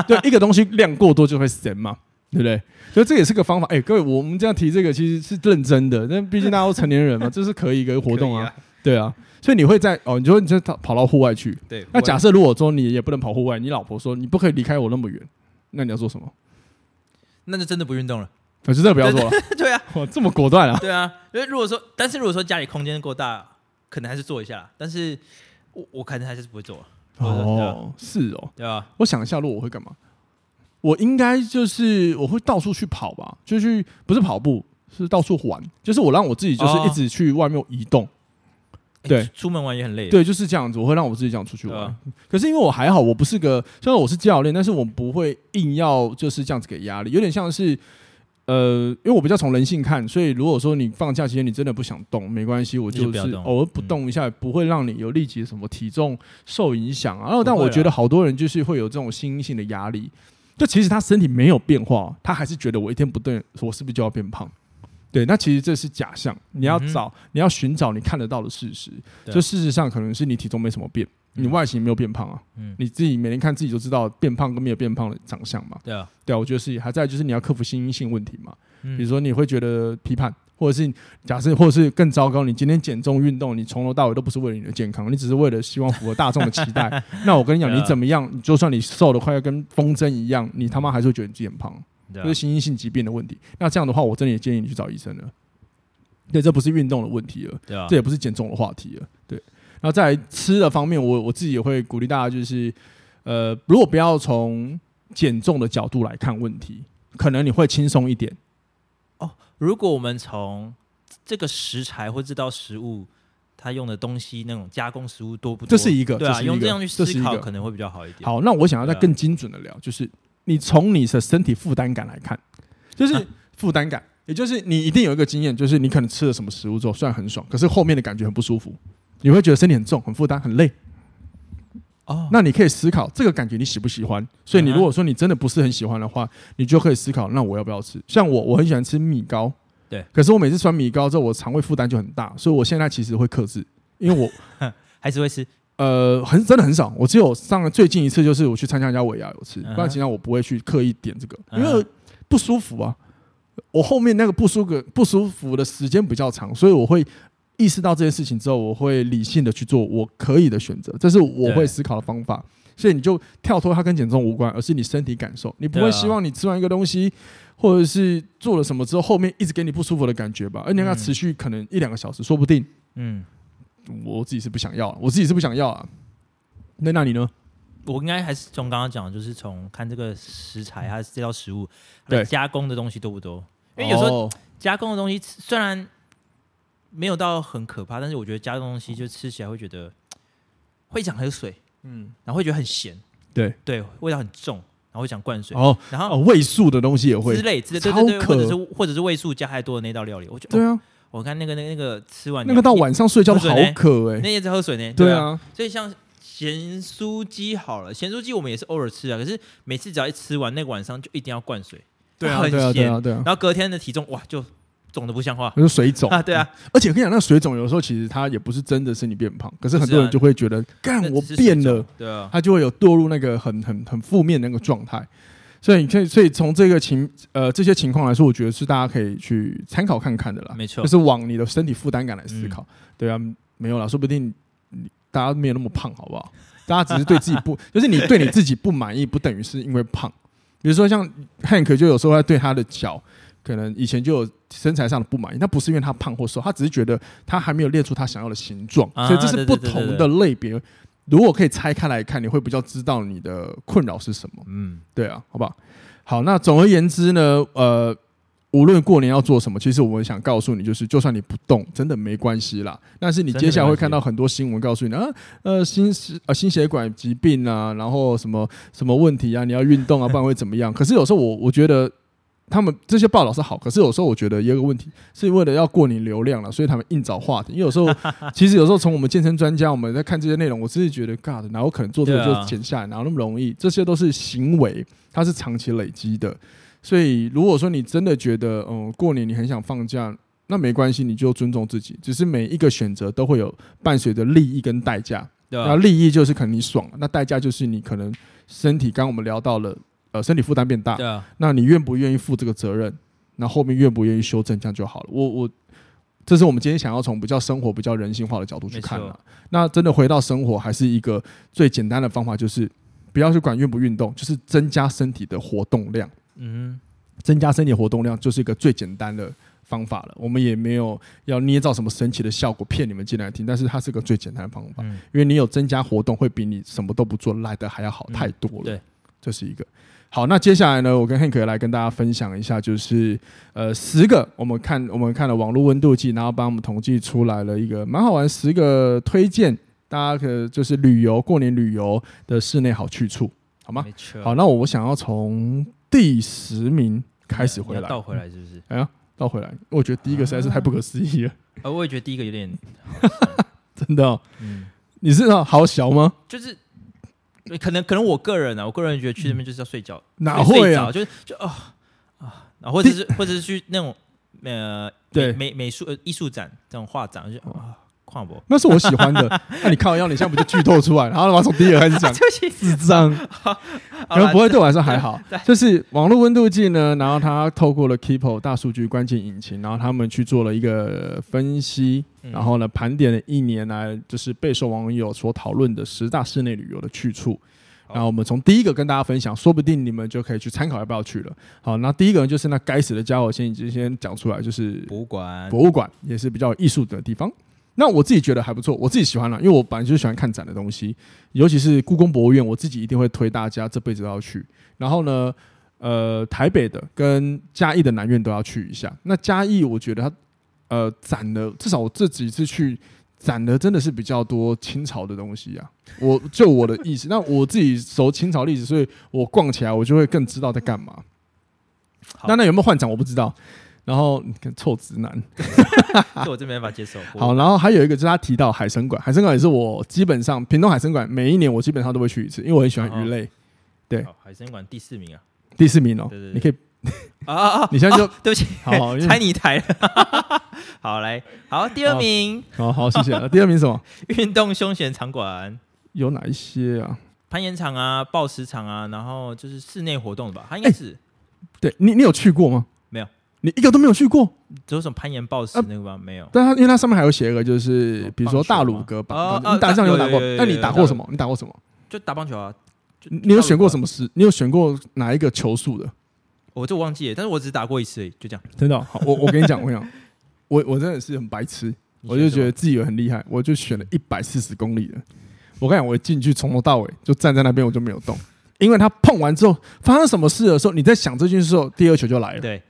S1: 对，一个东西量过多就会神嘛，对不对？所以这也是个方法。哎、各位，我们这样提这个其实是认真的，但毕竟大家都成年人嘛，这是可以一个活动
S3: 可以
S1: 啊
S3: 啊，
S1: 对啊。所以你会在哦，你就你就跑跑到户外去。
S3: 对，
S1: 那
S3: 我
S1: 假设如果说你也不能跑户外，你老婆说你不可以离开我那么远，那你要做什么？
S3: 那就真的不运动了。
S1: 我就真的不要 做了，
S3: 对啊，
S1: 哇，这么果断啊！
S3: 对啊，因为如果说，但是如果说家里空间够大，可能还是做一下啦。但是我我可能还是不会做。或者对啊
S1: 哦，是哦。
S3: 对吧？
S1: 我想一下，如果我会干嘛？我应该就是我会到处去跑吧，就去不是跑步，是到处玩，就是我让我自己就是
S3: 哦
S1: 一直去外面移动。
S3: 诶
S1: 对
S3: 哎出门玩也很累，嗯
S1: 对，就是这样子，我会让我自己这样出去
S3: 对
S1: 玩。
S3: 吧？
S1: 可是因为我还好，我不是个虽然我是教练，但是我不会硬要就是这样子给压力，有点像是呃，因为我比较从人性看，所以如果说你放假期间你真的不想动，没关系，我
S3: 那就
S1: 就
S3: 不要
S1: 是
S3: 动嗯
S1: 偶尔不动一下，不会让你有立即什么体重受影响啊。然后，但
S3: 不会
S1: 我
S3: 啊
S1: 觉得好多人就是会有这种心因性的压力，就其实他身体没有变化，他还是觉得我一天不对，我是不是就要变胖？对，那其实这是假象。你要
S3: 嗯哼
S1: 找，你要寻找你看得到的事实。
S3: 对
S1: 就事实上，可能是你体重没什么变，你
S3: 嗯
S1: 外形没有变胖啊。
S3: 嗯，
S1: 你自己每天看自己就知道变胖跟没有变胖的长相嘛。
S3: 对啊，
S1: 对啊，我觉得是。还在就是你要克服心因性问题嘛，
S3: 嗯
S1: 比如说你会觉得批判，或者是假设，或者是更糟糕，你今天减重运动，你从头到尾都不是为了你的健康，你只是为了希望符合大众的期 待。那我跟你讲，
S3: 对啊
S1: 你怎么样，你就算你瘦的快要跟风筝一样，你他妈还是会觉得你自己很胖。
S3: 对啊
S1: 就是心因性疾病的问题。那这样的话，我真的也建议你去找医生了。对，这不是运动的问题了，
S3: 对啊
S1: 这，也不是减重的话题了。对，然后在吃的方面，我我自己也会鼓励大家，就是呃，如果不要从减重的角度来看问题，可能你会轻松一点。
S3: 如果我们从这个食材或这道食物。它用的东西那种加工食物多不多？
S1: 这是一个
S3: 对啊，
S1: 这是一个
S3: 用这样去
S1: 这是
S3: 思
S1: 一
S3: 考
S1: 个
S3: 可能会比较好一点。
S1: 好，那我想要再
S3: 对啊
S1: 更精准的聊，就是你从你的身体负担感来看，就是
S3: 啊
S1: 负担感，也就是你一定有一个经验，就是你可能吃了什么食物之后，虽然很爽，可是后面的感觉很不舒服，你会觉得身体很重、很负担、很累。
S3: 哦，
S1: 那你可以思考这个感觉你喜不喜欢。所以你
S3: 嗯哼
S1: 如果说你真的不是很喜欢的话，你就可以思考，那我要不要吃？像我，我很喜欢吃米糕，
S3: 对，
S1: 可是我每次吃完米糕之后，我肠胃负担就很大，所以我现在其实会克制，因为我
S3: 还是会吃
S1: 呃，很真的很少。我只有上了最近一次，就是我去参加人家尾牙有吃，
S3: 嗯哼
S1: 不然平常我不会去刻意点这个，因
S3: 嗯哼
S1: 为不舒服啊。我后面那个不舒服不舒服的时间比较长，所以我会意识到这件事情之后，我会理性的去做我可以的选择，这是我会
S3: 对
S1: 思考的方法。所以你就跳脱它跟减重无关，而是你身体感受。你不
S3: 对
S1: 会
S3: 啊
S1: 希望你吃完一个东西，或者是做了什么之后，后面一直给你不舒服的感觉吧？而你要
S3: 嗯
S1: 持续可能一两个小时，说不定。
S3: 嗯，
S1: 我自己是不想要啊，我自己是不想要啊。那那你呢？
S3: 我应该还是从刚刚讲的，就是从看这个食材，它这道食物它
S1: 对
S3: 的加工的东西多不多。因为有时候
S1: 哦
S3: 加工的东西吃虽然没有到很可怕，但是我觉得加工的东西就吃起来会觉得会想喝水，
S1: 嗯，
S3: 然后会觉得很咸，
S1: 对，
S3: 对，味道很重，然后会想灌水，
S1: 哦
S3: 然
S1: 哦，
S3: 后
S1: 位数的东西也会
S3: 啊之，类之类，对对对，
S1: 超
S3: 或
S1: 渴
S3: 者是或者是味素加太多的那道料理，我觉得、
S1: 对
S3: 哦
S1: 啊，
S3: 我看那个那个那个吃完
S1: 那个到
S3: 你
S1: 晚上睡觉都好渴哎、
S3: 那也在喝水呢，
S1: 对
S3: 啊，
S1: 啊，
S3: 所以像咸酥鸡好了，咸酥鸡我们也是偶尔吃啊，可是每次只要一吃完，那个晚上就一定要灌水，很
S1: 对啊，对
S3: 咸，
S1: 啊，对啊，
S3: 然后隔天的体重哇就肿的不像话
S1: 那就水肿
S3: 啊，对，啊，
S1: 而且我跟你讲，那个水肿有时候其实它也不是真的是你变胖，可是很多人就会觉得，干、
S3: 啊那
S1: 嗯我
S3: 只是
S1: 变
S3: 水
S1: 了
S3: 肿，，对啊，
S1: 他就会有堕入那个很很很负面的那个状态。所以你可以，所以从这个情呃这些情况来说，我觉得是大家可以去参考看看的啦。
S3: 没错嗯
S1: 就是往你的身体负担感来思考。对啊，没有啦，说不定你大家没有那么胖，好不好？大家只是对自己不， 就是你对你自己不满意，不等于是因为胖。比如说像 Hank 就有时候他对他的脚，可能以前就有身材上的不满意，那不是因为他胖或瘦，他只是觉得他还没有列出他想要的形状，
S3: 啊
S1: 所以这是
S3: 对
S1: 不
S3: 对对
S1: 同
S3: 对
S1: 的
S3: 对
S1: 类别。如果可以拆开来看，你会比较知道你的困扰是什么。
S3: 嗯，
S1: 对啊，好不好？好，那总而言之呢，呃，无论过年要做什么，其实我们想告诉你，就是就算你不动，真的没关系啦。但是你接下来会看到很多新闻告诉你啊，呃，心呃心血管疾病啊，然后什么什么问题啊，你要运动啊，不然会怎么样？可是有时候我我觉得。他们这些报道是好，可是有时候我觉得也有个问题，是为了要过你流量了，所以他们硬找话题。因为有时候，其实有时候从我们健身专家，我们在看这些内容，我真是觉得，God，哪有可能做这个
S3: 对啊
S1: 就减下来，哪有那么容易？这些都是行为，它是长期累积的。所以，如果说你真的觉得，嗯，过年你很想放假，那没关系，你就尊重自己。只是每一个选择都会有伴随着利益跟代价。
S3: 对
S1: 那
S3: 啊，
S1: 利益就是可能你爽，那代价就是你可能身体，刚刚我们聊到了，呃，身体负担变大。
S3: 对啊，
S1: 那你愿不愿意负这个责任？那后面愿不愿意修正，这样就好了。我我，这是我们今天想要从比较生活、比较人性化的角度去看
S3: 没
S1: 了
S3: 错。
S1: 那真的回到生活，还是一个最简单的方法，就是不要去管运不运动，就是增加身体的活动量。
S3: 嗯
S1: 增加身体活动量就是一个最简单的方法了，我们也没有要捏造什么神奇的效果骗你们进来听，但是它是个最简单的方法，
S3: 嗯
S1: 因为你有增加活动，会比你什么都不做来的还要好
S3: 嗯
S1: 太多了。
S3: 对，
S1: 这是一个。好，那接下来呢，我跟 Hank 来跟大家分享一下，就是呃，十个我们看我们看了网络温度计，然后帮我们统计出来了一个蛮好玩，十个推荐大家可就是旅游过年旅游的室内好去处，好吗？
S3: 没错，
S1: 好，那我想要从第十名开始回
S3: 你要
S1: 来，嗯
S3: 倒回来是不是？
S1: 倒回来，我觉得第一个实在是太不可思议了，
S3: 呃，我也觉得第一个有点，
S1: 真的哦、
S3: 嗯，
S1: 你是那好小吗？
S3: 就是可能可能我个人啊，我个人觉得去那边就是要睡觉，
S1: 哪会
S3: 睡
S1: 啊
S3: 着？就是就啊啊，然后或者是或者是去那种呃
S1: 对
S3: 美美美术呃艺术展这种画展，我就啊跨博。
S1: 那是我喜欢的。 那你看我要你现在不就剧透出来？然后我要从第一个开始讲，智障。
S3: 好
S1: 然后
S3: 啦
S1: 不会对我来说还 好，就是网络温度计呢，然后它透过了 Keepo 大数据关键引擎，然后他们去做了一个分析，
S3: 嗯
S1: 然后呢盘点了一年来就是备受网友所讨论的十大室内旅游的去处。
S3: 好
S1: 然后我们从第一个跟大家分享，说不定你们就可以去参考要不要去了。好，那第一个呢，就是那该死的家伙，先已经先讲出来，就是
S3: 博物馆
S1: 博物馆也是比较有艺术的地方。那我自己觉得还不错，我自己喜欢了，因为我本来就喜欢看展的东西，尤其是故宫博物院，我自己一定会推大家这辈子都要去。然后呢，呃，台北的跟嘉义的南院都要去一下。那嘉义，我觉得它呃展了，至少我这几次去展的真的是比较多清朝的东西啊。我就我的意思，那我自己熟清朝历史，所以我逛起来我就会更知道在干嘛。
S3: 好
S1: 那那有没有换展我不知道。然后你看臭直男，
S3: 这我真没办法接受。博物
S1: 好，，然后还有一个就是他提到海参馆，海参馆也是我基本上屏东海参馆每一年我基本上都会去一次，因为我很喜欢
S3: 哦
S1: 鱼类。对
S3: 好海参馆第四名啊
S1: 第四名哦
S3: 对对，对
S1: 你可以，
S3: 啊啊！啊
S1: 你现在 就
S3: 哦对不起，
S1: 好好因为
S3: 猜你台了。 好来，好第二名
S1: 好好谢谢。呃第二名是什么？
S3: 运动休闲场馆。
S1: 有哪一些啊？
S3: 攀岩场啊，抱石场啊，然后就是室内活动的吧，它应
S1: 哎
S3: 该是、
S1: 对你，你有去过吗？
S3: 没有，
S1: 你一个都没有去过。
S3: 只有什么攀岩抱石
S1: 啊
S3: 那个吧，没有。
S1: 但它因为它上面还有写一个，就是比如说大鲁阁
S3: 哦
S1: 吧，
S3: 哦
S1: 你打酱油打过
S3: 有有有有，
S1: 那
S3: 有
S1: 你
S3: 有
S1: 打过什么？你打过什么？
S3: 就打棒球啊。就
S1: 你有选过什
S3: 么？
S1: 么时？你有选过哪一个球速的？
S3: 我这我忘记了，但是我只打过一次而已，就这样。
S1: 真的哦，好我我跟你讲，我 跟你讲，我我真的是很白痴，
S3: 你
S1: 我就
S3: 选
S1: 觉
S3: 什
S1: 得
S3: 么
S1: 自己很厉害，我就选了一百四十公里的。我跟你讲，我进去从头到尾就站在那边，我就没有动，因为他碰完之后发生什么事的时候，你在想这件事的时候，第二球就来了，
S3: 对，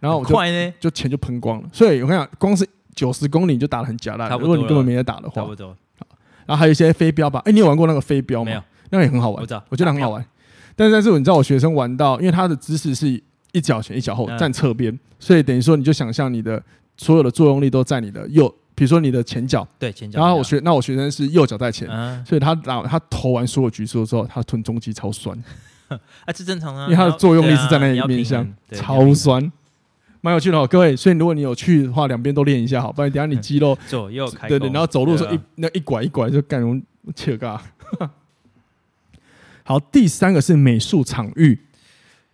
S1: 然后我
S3: 很
S1: 就
S3: 快呢，
S1: 就钱就喷光了。所以我跟你讲，光是九十公里你就打得很假
S3: 差
S1: 烂，
S3: 不
S1: 如果
S3: 多
S1: 你根本没在打的话
S3: 差，不多
S1: 然后还有一些飞镖吧，哎，你有玩过那个飞镖
S3: 没有
S1: 吗？。那个也很好玩，
S3: 我知道
S1: 我觉得很好玩。但是但是你知道，我学生玩到，因为他的姿势是一脚前一脚后
S3: 嗯
S1: 站侧边，所以等于说你就想象你的所有的作用力都在你的右，比如说你的前脚。
S3: 对，前脚。
S1: 然后我学，那我学生是右脚在前，
S3: 啊
S1: 所以他打他投完所有局数之后，他臀中肌超酸，
S3: 啊，这正常啊，
S1: 因为他的作用力是在那
S3: 你
S1: 一
S3: 要
S1: 面
S3: 平
S1: 向
S3: 衡，对
S1: 超酸，蛮有趣的哦，各位。所以如果你有去的话，两边都练一下好，不然等一下你肌肉
S3: 左右开
S1: 对对，
S3: 弓
S1: 然后走路的时候
S3: 对
S1: 一
S3: 啊
S1: 那一拐一拐就干容易切嘎。 好，第三个是美术场域，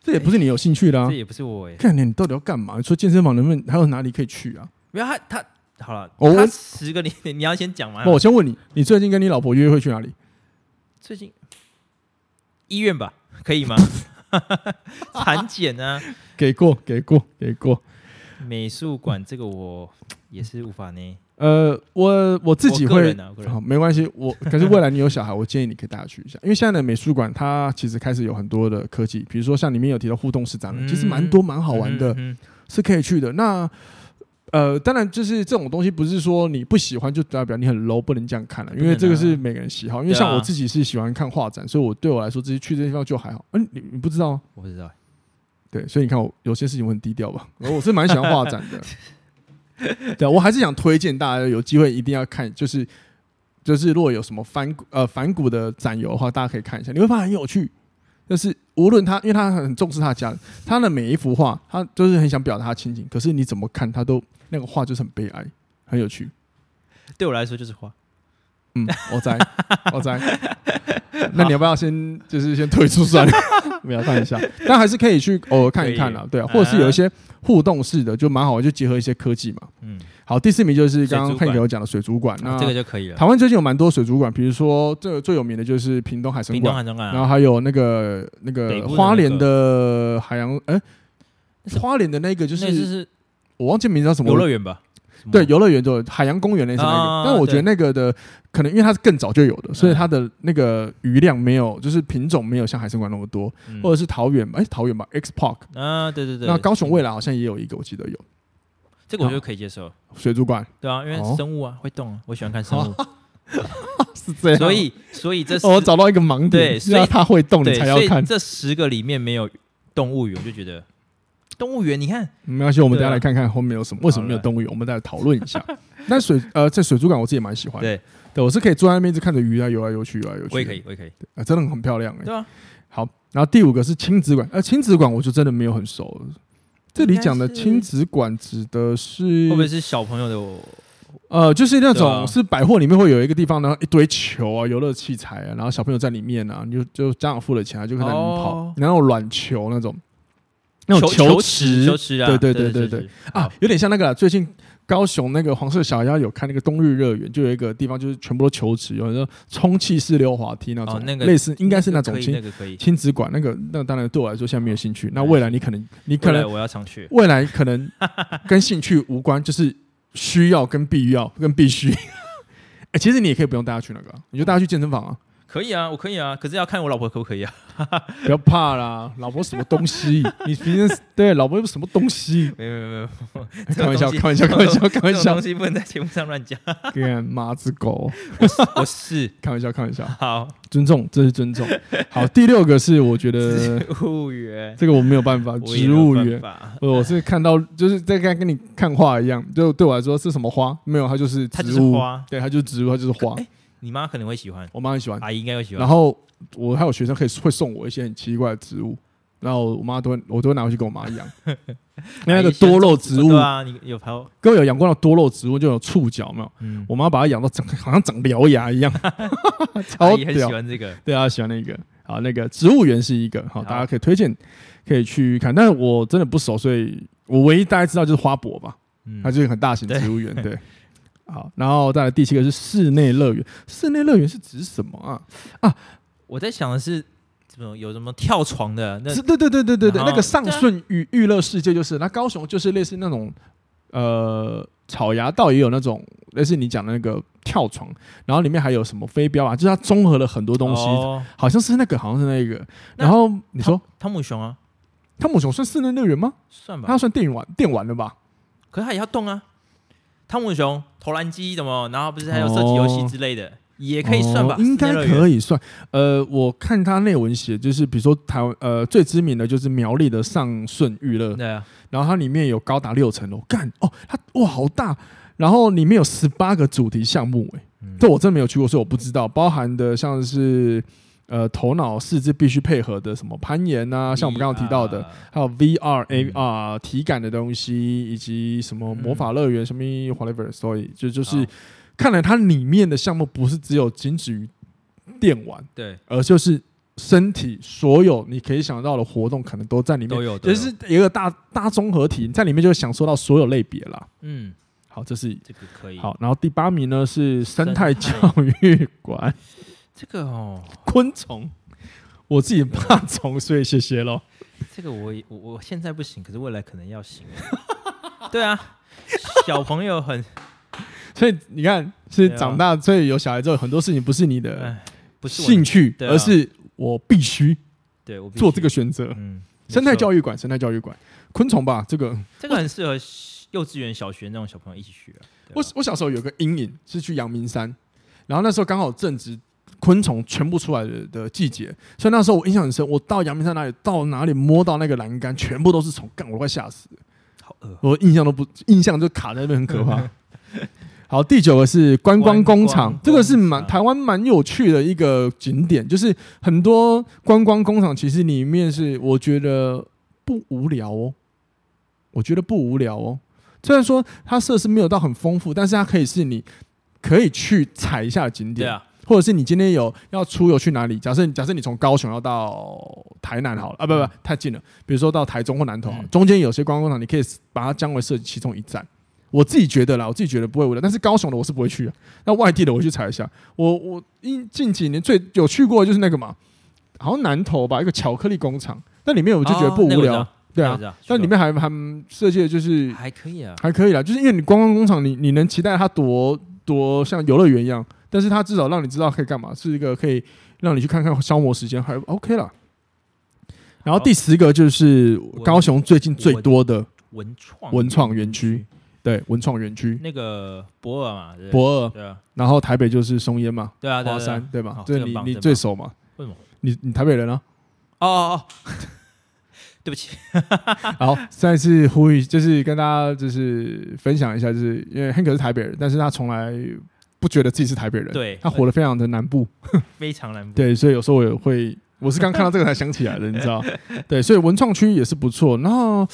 S1: 这也不是你有兴趣的啊
S3: 这。也不是我哎，
S1: 看你你到底要干嘛？你说健身房能不能还有哪里可以去啊？
S3: 没有他他好了，
S1: 哦我
S3: 他十个你 你要先讲完啊
S1: 那。我先问你，你最近跟你老婆约会去哪里？
S3: 最近医院吧，可以吗？ 产检啊，
S1: 给过，给过，给过。
S3: 美术馆这个我也是无法呢。
S1: 呃，我我自己
S3: 我个
S1: 会
S3: 人啊我个人
S1: 好，没关系。我可是未来你有小孩，我建议你可以带他去一下，因为现在的美术馆它其实开始有很多的科技，比如说像里面有提到互动式展览，其实蛮多蛮好玩的。
S3: 嗯嗯嗯
S1: 是可以去的。那呃，当然就是这种东西，不是说你不喜欢就代表你很 low，不能这样看啊了，因为这个是每个人喜好。因为
S3: 对啊
S1: 像我自己是喜欢看画展，所以我对我来说，这些去这些地方就还好。嗯、你你不知道吗？
S3: 我不知道，
S1: 对，所以你看我有些事情我很低调吧，我我是蛮喜欢画展的。对，啊我还是想推荐大家有机会一定要看，就是就是如果有什么反古呃反古的展游的话，大家可以看一下，你会发现很有趣。就是无论他，因为他很重视他的家人，他的每一幅画，他就是很想表达他亲情，可是你怎么看他都那个画就是很悲哀，很有趣。
S3: 对我来说就是花。
S1: 嗯，我在，我在。那你要不要先就是先退出算了？没有，看一下，但还是可以去偶尔看一看啦
S3: 可以。
S1: 对啊，或者是有一些互动式的，就蛮好玩，就结合一些科技嘛。
S3: 嗯，
S1: 好，第四名就是刚刚
S3: 水族馆啊
S1: 佩给我讲的水族馆。那
S3: 这个就可以了。
S1: 台湾最近有蛮多水族馆，比如说这个最有名的就是屏东海参
S3: 屏东
S1: 馆，
S3: 海中馆
S1: 然后
S3: 啊，
S1: 还有那个那
S3: 北
S1: 个
S3: 部的那个
S1: 花莲的海洋，哎
S3: 那是，
S1: 花莲的那个就
S3: 那
S1: 是
S3: 就是
S1: 我忘记名字叫什么
S3: 游乐园吧？什么
S1: 对，游乐园就海洋公园类似那
S3: 嗯啊
S1: 个，但我觉得
S3: 对
S1: 那个的可能因为它是更早就有的，所以它的那个鱼量没有，就是品种没有像海参馆那么多，
S3: 嗯
S1: 或者是桃园吧，哎，桃园吧，X Park，
S3: 啊，对对对，
S1: 那高雄未来好像也有一个，我记得有
S3: 这个我就可以接受，
S1: 水族馆，
S3: 对啊，因
S1: 哦
S3: 为生物啊会动啊，我 喜欢看生物，
S1: 是这样，
S3: 所以所以这
S1: 哦我
S3: 十
S1: 找到一个盲点，
S3: 对
S1: 是
S3: 所以
S1: 要它会动你
S3: 对，
S1: 才要
S3: 所以
S1: 看，
S3: 这十个里面没有动物园，我就觉得动物园，你看
S1: 没关系，我们等一下
S3: 对啊
S1: 来看看后面有什么，为什么没有
S3: 好嘞
S1: 动物园，我们再来讨论一 下。但水呃，在水族馆我自己也蛮喜欢的，
S3: 对，
S1: 对我是可以坐在那边一直看着鱼啊游来游去，游来游去，
S3: 我也可以，我也可以，
S1: 啊，真的很漂亮哎、
S3: 对啊，
S1: 好，然后第五个是亲子馆，呃，亲子馆我就真的没有很熟了。这里讲的
S3: 应该是
S1: 亲子馆指的是，
S3: 会不会是小朋友的我？
S1: 呃，就是那
S3: 对
S1: 种
S3: 啊
S1: 是百货里面会有一个地方，然后一堆球啊、游乐器材啊，然后小朋友在里面啊，你就就家长付了钱啊，就可以在里面跑，
S3: 哦
S1: 然后软球那种，那种
S3: 球
S1: 池
S3: 球池啊，
S1: 对对对
S3: 对
S1: 对对
S3: 对
S1: 啊，，有点像那个啦最近高雄那个黄色小鸭有看那个冬日乐园，就有一个地方就是全部都球池，有那种充气式溜滑梯那种，
S3: 哦那个
S1: 类似应该是那
S3: 可
S1: 种
S3: 以
S1: 亲
S3: 那个可以，
S1: 亲子馆那个，那当然对我来说现在没有兴趣。那未来你可能，你可
S3: 未来
S1: 能
S3: 我要常去，
S1: 未来可 能跟兴趣无关，就是需要跟必要跟必须。 哎、其实你也可以不用带他去那个啊，你就带他去健身房啊，
S3: 可以啊，我可以啊，可是要看我老婆可不可以啊？
S1: 不要怕啦，老婆什么东西？ 你平时对老婆又什么东西？
S3: 没有没有没有，
S1: 开玩笑，
S3: 这种东西
S1: 哎开玩笑，开玩笑，开
S3: 这
S1: 玩
S3: 种
S1: 笑
S3: 东，西不能在节目上 乱讲。
S1: 干妈子狗，
S3: 我是
S1: 开玩笑，开玩笑，
S3: 好
S1: 尊重，这是尊重。好，第六个是我觉得
S3: 植物园，
S1: 这个我没有办法，
S3: 我也
S1: 植
S3: 没有
S1: 物
S3: 办
S1: 园。
S3: 法
S1: 呃 我是看到就是在跟跟你看画一样，就对我来说是什么花？没有，它就是
S3: 它就
S1: 植
S3: 是
S1: 物，
S3: 花，
S1: 对，它就是植物，它就是花。
S3: 哎你妈可能会喜欢，
S1: 我妈很喜欢，
S3: 阿姨应该会喜欢
S1: 嗯然。后我还有学生可以会送我一些很奇怪的植物，然后我妈都会我都会拿回去给我妈 养。那
S3: 啊
S1: 那个多肉植物，
S3: 对啊，你有朋友，
S1: 各位有养过那种多肉植物，就有触角没有？
S3: 嗯，
S1: 我妈把它养到长，好像长獠牙 一样，
S3: 阿
S1: 超
S3: 姨很喜
S1: 屌。
S3: 欢这个，
S1: 对啊，喜欢那个。好，那个植物园是一个好，
S3: 好
S1: 大家可以推荐，可以去看。但是我真的不熟，所以我唯一大概知道就是花博吧。
S3: 嗯
S1: 它，就是一个很大型的植物园，对。好，然后再来第七个是室内乐园。室内乐园是指什么啊？
S3: 我在想的是，怎么有什么跳床的那
S1: 是，对对对对对对，
S3: 然后
S1: 那个上顺娱娱乐世界就是，那高雄就是类似那种，呃，草衙道也有那种类似你讲的那个跳床，然后里面还有什么飞镖啊，就是它综合了很多东西，
S3: 哦
S1: 好像是那个，好像是那个。
S3: 那
S1: 然后你说
S3: 汤姆熊啊，
S1: 汤姆熊算室内乐园吗？
S3: 算吧
S1: 它，算电玩电玩的吧？
S3: 可是它也要动啊。汤姆熊、投篮机什么，然后不是还有射击游戏之类的，也可以算吧
S1: 哦，应该可
S3: 以。
S1: 以算。呃，我看他内文写，就是比如说台湾呃最知名的就是苗栗的上顺娱乐，
S3: 对啊，
S1: 然后它里面有高达六层楼，干哦，它哇好大，然后里面有十八个主题项目、哎、
S3: 嗯
S1: 这我真的没有去过，所以我不知道，包含的像是呃头脑四肢必须配合的什么攀岩啊，像我们刚刚提到的。还有 VR、
S3: 嗯
S1: AR 体感的东西，以及什么魔法乐园、什么 whatever，所以就就是
S3: 好
S1: 看来它里面的项目不是只有仅止于电玩，
S3: 对，
S1: 而就是身体所有你可以想到的活动，可能都在里面
S3: 都，有，都
S1: 就
S3: 有
S1: 是有一个大大综合体，你在里面就会享受到所有类别啦。
S3: 嗯，
S1: 好，这是
S3: 这个可以。，
S1: 好，然后第八名呢是生态教
S3: 生
S1: 育 馆，
S3: 这个哦，
S1: 昆虫，我自己怕虫，所以谢谢喽。
S3: 这个我也我我现在不行，可是未来可能要行。 对啊，小朋友很
S1: 所以你看，是
S3: 对啊
S1: 长大，所以有小孩之后，很多事情不是你的
S3: 哎，不是我
S1: 兴趣，
S3: 对啊
S1: 而是我必须
S3: 对我必须
S1: 做这个，选择。
S3: 嗯，
S1: 生态
S3: 育
S1: 教育馆，生态教育馆，昆虫吧，这个
S3: 这个很适合幼稚园、小学那种小朋友一起去啊。对啊
S1: 我我小时候有个阴影是去阳明山，然后那时候刚好正值昆虫全部出来的的季节，所以那时候我印象很深。我到阳明山哪里到哪里摸到那个栏杆，全部都是虫，干我都快吓死了，
S3: 好饿，哦
S1: 我印象都不印象就卡在那边，很可 怕。好，第九个是观光工厂
S3: 观光工，厂
S1: 这个是蛮台湾蛮有趣的一个景点，就是很多观光工厂其实里面是我觉得不无聊哦，我觉得不无聊哦。虽然说它设施没有到很丰富，但是它可以是你可以去踩一下的景
S3: 对
S1: 点，
S3: 啊，
S1: 或者是你今天有要出游去哪里？假设假设你从高雄要到台南好了啊，不不太近了，比如说到台中或南投好了
S3: 嗯
S1: 中间有些观光工厂，你可以把它将为设计其中一站。我自己觉得啦，我自己觉得不会无聊，但是高雄的我是不会去、啊，那外地的我去踩一下。我我近近几年最有去过的就是那个嘛，好像南投吧，一个巧克力工厂，那里面我就觉得不
S3: 哦那
S1: 无
S3: 个
S1: 聊，
S3: 知道
S1: 对
S3: 我
S1: 啊
S3: 知，道
S1: 但里面还还设计的就是
S3: 还可以啊，
S1: 还可以啦，就是因为你观光工厂你，你能期待它多多像游乐园一样，但是它至少让你知道可以干嘛，是一个可以让你去看看消磨时间，还 OK 啦。然后第十个就是呃高雄最近最多的
S3: 文创
S1: 文创园区，对文创园区
S3: 那个博尔嘛，对不对
S1: 博尔，
S3: 对啊，
S1: 然后台北就是松烟嘛，
S3: 对啊，对啊
S1: 花山对吧
S3: 哦？
S1: 这
S3: 这个
S1: 你
S3: 棒
S1: 你
S3: 这个
S1: 最
S3: 棒
S1: 熟嘛？
S3: 为什么？
S1: 你你台北人啊？
S3: 哦哦 哦，对不起，
S1: 好，再次呼吁，就是跟大家就是分享一下，就是因为 Hank 是台北人，但是他从来不觉得自己是台北人，
S3: 对
S1: 呃他活得非常的南部，
S3: 非常难。，
S1: 对，所以有时候我也会，我是刚看到这个才想起来的，你知道？对，所以文创区也是不错。然后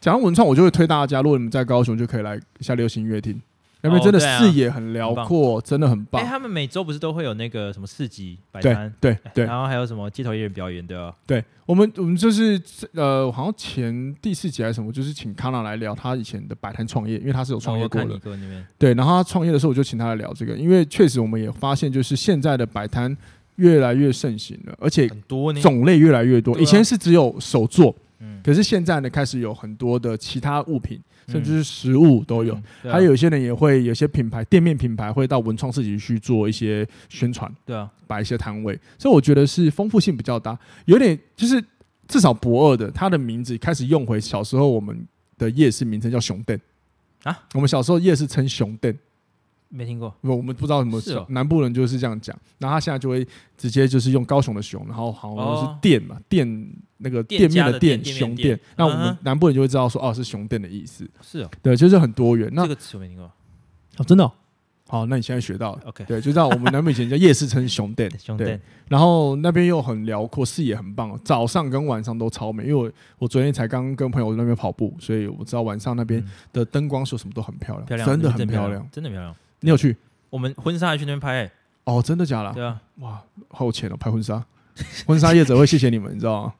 S1: 讲到文创，我就会推大家，如果你们在高雄，就可以来一下流行音乐厅，那边
S3: 哦
S1: 真的
S3: 对啊
S1: 视野很辽阔，真的很棒
S3: 哎，。他们每周不是都会有那个什么市集摆
S1: 对
S3: 摊，
S1: 对对
S3: 然后还有什么街头艺人表演，对吧？
S1: 对，我们我们就是呃，好像前第四集还是什么，就是请康纳来聊他以前的摆摊创业，因为他是有创
S3: 哦
S1: 业
S3: 我
S1: 过
S3: 看
S1: 的
S3: 你。哥那边，
S1: 对，然后他创业的时候，我就请他来聊这个，因为确实我们也发现，就是现在的摆摊越来越盛行了，而且
S3: 很多呢，
S1: 种类越来越多。
S3: 对啊
S1: 以前是只有手作，
S3: 嗯，
S1: 可是现在呢，开始有很多的其他物品，甚至
S3: 嗯
S1: 是食物都有。
S3: 嗯对啊
S1: 还有一些人也会，有些品牌店面品牌会到文创市集去做一些宣传，
S3: 对啊，
S1: 摆一些摊位，所以我觉得是丰富性比较大，有点就是至少博二的它的名字开始用回小时候我们的夜市名称叫熊店
S3: 啊，
S1: 我们小时候夜市称熊店。
S3: 没听过，
S1: 我们不知道什么
S3: 是哦
S1: 南部人就是这样讲，然后他现在就会直接就是用高雄的熊，然后好像
S3: 哦
S1: 是店嘛，店那个
S3: 店
S1: 店面
S3: 家
S1: 的
S3: 的店店面
S1: 熊
S3: 店
S1: 店，那我
S3: 嗯
S1: 们
S3: 哼
S1: 南部人就会知道说哦是熊店的意思，
S3: 是哦，
S1: 对，就是很多元。那
S3: 这个词我没听过。
S1: 哦真的哦好，那你现在学到了，
S3: 哦 OK，，
S1: 对，就知道我们南部以前叫夜市称熊店
S3: 兄
S1: 对
S3: 弟，
S1: 然后那边又很辽阔，视野很棒哦，早上跟晚上都超美。因为我我昨天才刚跟朋友那边跑步，所以我知道晚上那边
S3: 嗯
S1: 的灯光秀什么都很漂亮，
S3: 漂亮，
S1: 真的
S3: 那边
S1: 很
S3: 漂
S1: 漂亮。，
S3: 真的漂亮。
S1: 你有去？
S3: 我们婚纱还去那边拍，
S1: 哦，真的假的
S3: 哎？对啊，
S1: 哇，好有钱哦，拍婚纱， 婚纱业者会谢谢你们，你知 道吗？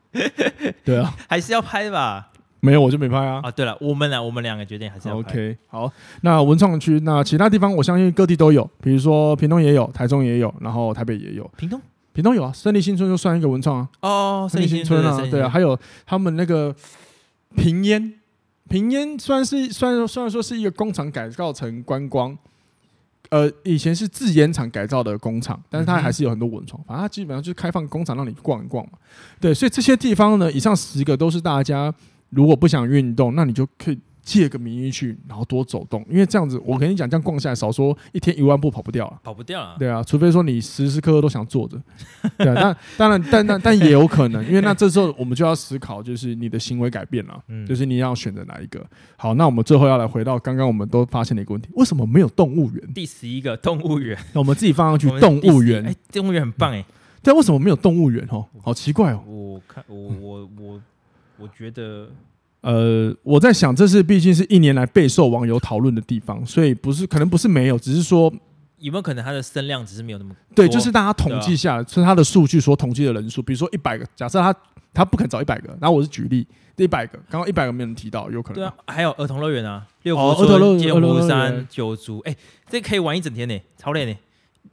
S1: 对啊，
S3: 还是要拍吧。
S1: 没有我就没拍啊。
S3: 啊，对了，我们俩我们两个决定还是要拍。
S1: OK，好，那文创区，那其他地方我相信各地都有，比如说屏东也有，台中也有，然后台北也有，
S3: 屏东
S1: 屏东有啊，胜利新村就算一个文创啊，
S3: 哦，
S1: 胜利新村啊，对啊，，还有他们那个平烟，平烟虽然是虽然虽然说是一个工厂改造成观光。呃，以前是制烟厂改造的工厂，但是它
S3: 嗯哼
S1: 还是有很多文创，反正它基本上就是开放工厂让你逛一逛嘛。对，所以这些地方呢，以上十个都是大家如果不想运动，那你就可以借个名义去，然后多走动，因为这样子，我跟你讲，这样逛下来，少说一天一万步跑不掉了。
S3: 跑不掉了。
S1: 对啊，除非说你时时刻刻都想坐着， 对啊，但当然，但但但也有可能，因为那这时候我们就要思考，就是你的行为改变了，
S3: 嗯
S1: 就是你要选择哪一个。好，那我们最后要来回到刚刚我们都发现的一个问题：为什么没有动物园？
S3: 第十一个动物园，
S1: 那我们自己放上去
S3: 我们
S1: 动
S3: 第
S1: 物
S3: 十一
S1: 园嗯啊
S3: 哎，，动物园很棒哎。
S1: 但为什么没有动物园？哦，好奇怪哦。
S3: 我看我我我我觉得
S1: 呃，我在想，这是毕竟是一年来备受网友讨论的地方，所以不是可能不是没有，只是说
S3: 有没有可能它的声量只是没有那么
S1: 对，
S3: 多啊
S1: 就是大家统计下来，是它的数据所统计的人数，比如说一百个，假设他他不肯找一百个，然后我是举例一百个，刚刚一百个没人提到，有可 能
S3: 对啊，还有儿童乐园啊，六
S1: 哦
S3: 福
S1: 儿童乐园
S3: 村、剑
S1: 儿童乐
S3: 湖
S1: 园
S3: 山、九族，哎，这可以玩一整天呢，超累呢。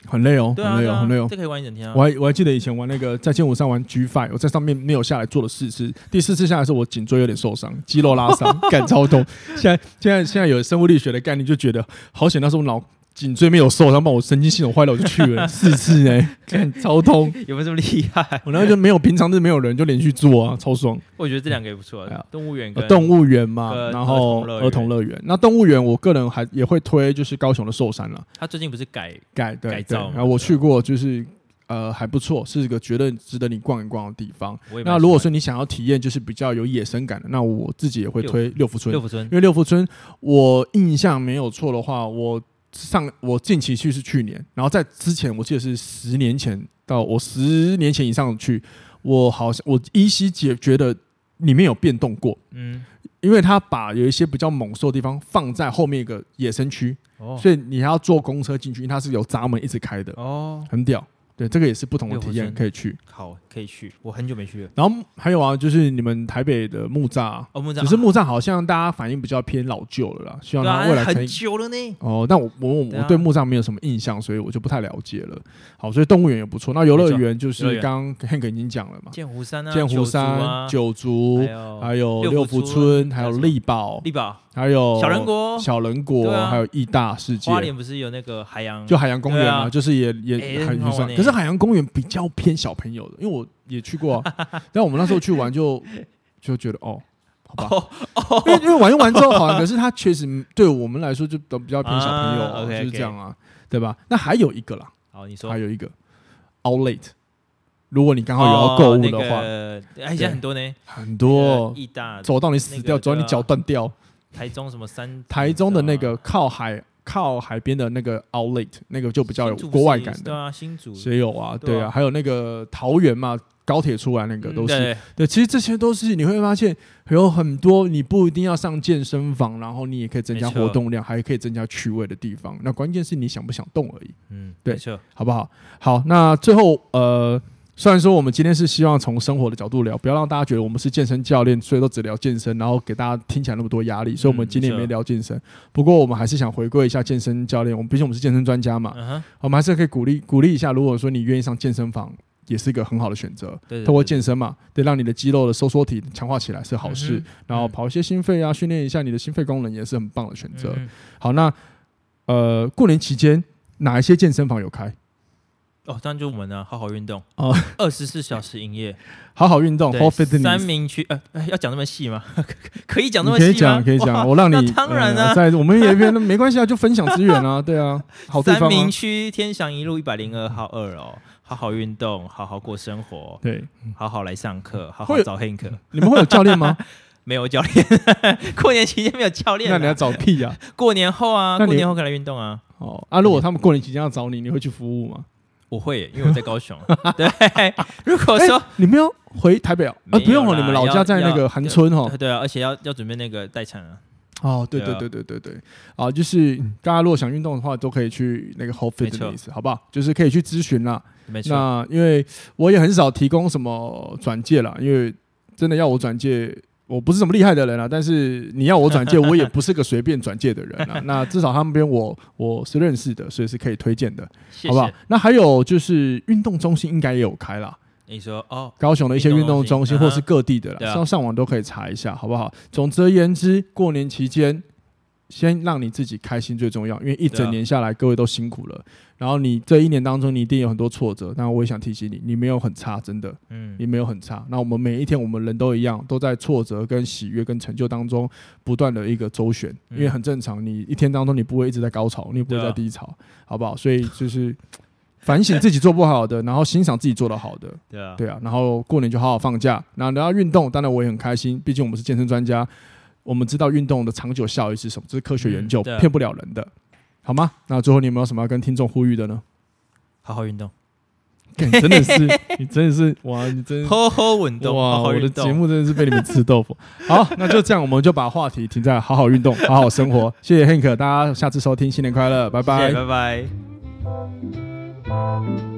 S1: 很累哦，
S3: 对啊，
S1: 很累
S3: 对
S1: 哦，
S3: 啊
S1: 很累哦
S3: 这。可以玩一整天啊
S1: 我。还我还记得以前玩那个在剑湖山玩 G Five，我在上面没有下来做了四次，第四次下来的时候我颈椎有点受伤，肌肉拉 伤，感超痛。现在现在现在有生物力学的概念，就觉得好险，那时候我脑颈椎没有受伤，把我神经系统坏了，我就去了四次 哎、干超痛。
S3: 有没有这么厉害？
S1: 我那时候就没有平常是没有人就连续做啊，超爽。
S3: 我觉得这两个也不错
S1: 哎呀
S3: 啊，动物园
S1: 呃
S3: 跟
S1: 动物园嘛
S3: 跟，
S1: 然后
S3: 儿童乐园
S1: 儿童乐园。那动物园，我个人还也会推，就是高雄的寿山了，
S3: 它最近不是改
S1: 改对
S3: 改
S1: 对。
S3: 造嘛
S1: 然后我
S3: 对啊
S1: 去过，就是呃还不错，是一个觉得值得你逛一逛的地方。
S3: 我也蛮
S1: 那如果
S3: 喜
S1: 说
S3: 欢
S1: 你想要体验就是比较有野生感的，那我自己也会推六福村，
S3: 六
S1: 因
S3: 福村，
S1: 为六福村我印象没有错的话，我上我近期去是去年，然后在之前我记得是十年前到我十年前以上去，我好像我依稀觉觉得里面有变动过。
S3: 嗯，
S1: 因为他把有一些比较猛兽的地方放在后面一个野生区，
S3: 哦
S1: 所以你还要坐公车进去，因为它是有闸门一直开的，
S3: 哦，
S1: 很屌。对，这个也是不同的体
S3: 六合
S1: 验，
S3: 村
S1: 可以去。
S3: 好，可以去，我很久没去了。
S1: 然后还有啊，就是你们台北的木栅，啊
S3: 哦，木栅
S1: 只是木栅好像大家反应比较偏老旧了啦，希望
S3: 对啊
S1: 它未来可
S3: 很
S1: 以。
S3: 久了呢。
S1: 哦，但我我我
S3: 对
S1: 我
S3: 啊
S1: 对木栅没有什么印象，所以我就不太了解了。好，所以动物园也不错。那游乐园就
S3: 游乐
S1: 是
S3: 园
S1: 刚刚 Hank 已经讲了嘛，
S3: 剑湖山啊，
S1: 剑湖
S3: 九族
S1: 山、
S3: 啊，
S1: 九族，
S3: 还
S1: 还
S3: 有
S1: 有
S3: 六
S1: 六
S3: 福
S1: 福
S3: 村
S1: 村，还有
S3: 还有
S1: 力宝，
S3: 力宝、
S1: 还有
S3: 小人国、
S1: 小人
S3: 对
S1: 国，
S3: 啊
S1: 还有义大世界
S3: 花，莲不是有那个海洋？
S1: 就海洋公园嘛，
S3: 对啊
S1: 就是也也
S3: 哎
S1: 很
S3: 很好玩
S1: 算。
S3: 欸
S1: 可是海洋公园比较偏小朋友的，因为我也去过 啊，但我们那时候去玩就就觉得哦。好吧，
S3: 哦
S1: 因为因为玩一玩之后好玩，可是它确实对我们来说就都比较偏小朋友
S3: 啊
S1: 啊，
S3: ，OK，OK
S1: 就是这样啊，对吧？那还有一个啦，
S3: 好，你说
S1: 还有一个 Outlet，如果你刚好有要购物的话，
S3: 哦那个哎，现在很多呢。
S1: 很多
S3: 那个义大、
S1: 走到你死掉，
S3: 那个
S1: 走到你
S3: 对啊
S1: 脚断掉，
S3: 台中什么三，啊
S1: 台中的那个靠海靠海边的那个 outlet，那个就比较有
S3: 新竹
S1: 国外
S3: 是
S1: 感
S3: 对
S1: 的，
S3: 啊，新竹
S1: 也有啊，
S3: 对啊
S1: 对啊，还有那个桃园嘛，高铁出来那个
S3: 嗯
S1: 都是
S3: 对
S1: 对，其实这些都是你会发现有很多你不一定要上健身房，然后你也可以增加
S3: 没错
S1: 活动量，还可以增加趣味的地方。那关键是你想不想动而已，
S3: 嗯，
S1: 对
S3: 没错，
S1: 好不好？好，那最后呃。虽然说我们今天是希望从生活的角度聊，不要让大家觉得我们是健身教练，所以都只聊健身，然后给大家听起来那么多压力，所以我们
S3: 嗯
S1: 今天也
S3: 没
S1: 没
S3: 错
S1: 聊健身。不过我们还是想回归一下健身教练，我们毕竟我们是健身专家嘛，
S3: 嗯哼，
S1: 我们还是可以鼓励鼓励一下。如果说你愿意上健身房，也是一个很好的选择。
S3: 对对，
S1: 透过
S3: 对
S1: 健身嘛，对，让你的肌肉的收缩体强化起来是好事，
S3: 嗯哼
S1: 然后跑一些心肺啊，训练一下你的心肺功能也是很棒的选择。
S3: 嗯
S1: 好，那呃，过年期间哪一些健身房有开？
S3: 哦，当然就我们呢，好好运动
S1: 哦，
S3: 二十四小时营业，
S1: 好好运动
S3: 对
S1: w h o l e
S3: 三
S1: Fitness。
S3: 明区，呃，哎要讲那么细吗？ 可以讲那
S1: 你
S3: 么
S1: 可以
S3: 细
S1: 讲，
S3: 吗？
S1: 可以
S3: 哇
S1: 讲，，我让你
S3: 那当然啊
S1: 呃在我们也边没关系啊，就分享资源 啊，对啊，好地
S3: 三
S1: 方啊
S3: 明，区天祥一路一百零二号二哦，好好运动，好好过生活，
S1: 对，
S3: 好好来上课，好
S1: 会
S3: 好
S1: 有
S3: 找 Hank。
S1: 你嗯们会有教练吗？
S3: 没有教练， 过年期间 没有教练
S1: 那你要
S3: 啊。
S1: 找屁呀、
S3: 过年后啊，
S1: 那你
S3: 过年后可以来运动啊。
S1: 哦，啊，如果他们过年期间要找你，你会去服务吗？
S3: 我会耶，因为我在高 雄。对，如果说
S1: 哎你们要回台北啊？啊，
S3: 没有
S1: 不用哦，
S3: 啦
S1: 你们老家
S3: 要
S1: 在那个
S3: 要
S1: 韩村哦。
S3: 对啊，而且要要准备那个待产啊，
S1: 哦，对对
S3: 对啊
S1: 对对对对，啊，就是大家如果想运动的话，都可以去那个 Whole
S3: 没错
S1: Fitness，好不好？就是可以去咨询啦。
S3: 没错。
S1: 那因为我也很少提供什么转介啦，因为真的要我转介，我不是什么厉害的人啊。但是你要我转介，我也不是个随便转介的人 啊。那至少他们边我我是认识的，所以是可以推荐的，
S3: 谢
S1: 好不好
S3: 谢。？
S1: 那还有就是运动中心应该也有开啦，
S3: 你说哦，
S1: 高雄的一些运动中心
S3: 运动中心
S1: 或是各地的
S3: 嗯哼对
S1: 啦，
S3: 啊
S1: 上上网都可以查一下，好不好？总之而言之，过年期间。先让你自己开心最重要，因为一
S3: 对
S1: 整
S3: 啊
S1: 年下来，各位都辛苦了。然后你这一年当中，你一定有很多挫折。但我也想提醒你，你没有很差，真的，
S3: 嗯
S1: 你没有很差。那我们每一天，我们人都一样，都在挫折、跟喜悦、跟成就当中不断的一个周旋，
S3: 嗯
S1: 因为很正常。你一天当中，你不会一直在高潮，你也不会
S3: 对啊
S1: 在低潮，好不好？所以就是 反省自己做不好的，然后欣赏自己做的好的，
S3: 对啊，
S1: 对啊，然后过年就好好放假。那聊到运动，当然我也很开心，毕竟我们是健身专家，我们知道运动的长久效益是什么，这是科学研究，
S3: 嗯对啊
S1: 骗不了人的，好吗？那最后你有没有什么要跟听众呼吁的呢？
S3: 好好运动，
S1: 干真的 是，你真的是，哇，你真
S3: 好好运动，
S1: 哇，
S3: 好好
S1: 我的
S3: 运
S1: 节
S3: 动。
S1: 目真的是被你们吃 豆腐。好，那就这样，我们就把话题停在好好运动，好好生活。谢谢 Hank，大家下次收听，新年快乐，拜
S3: 谢
S1: 拜
S3: 谢。拜拜。
S2: 拜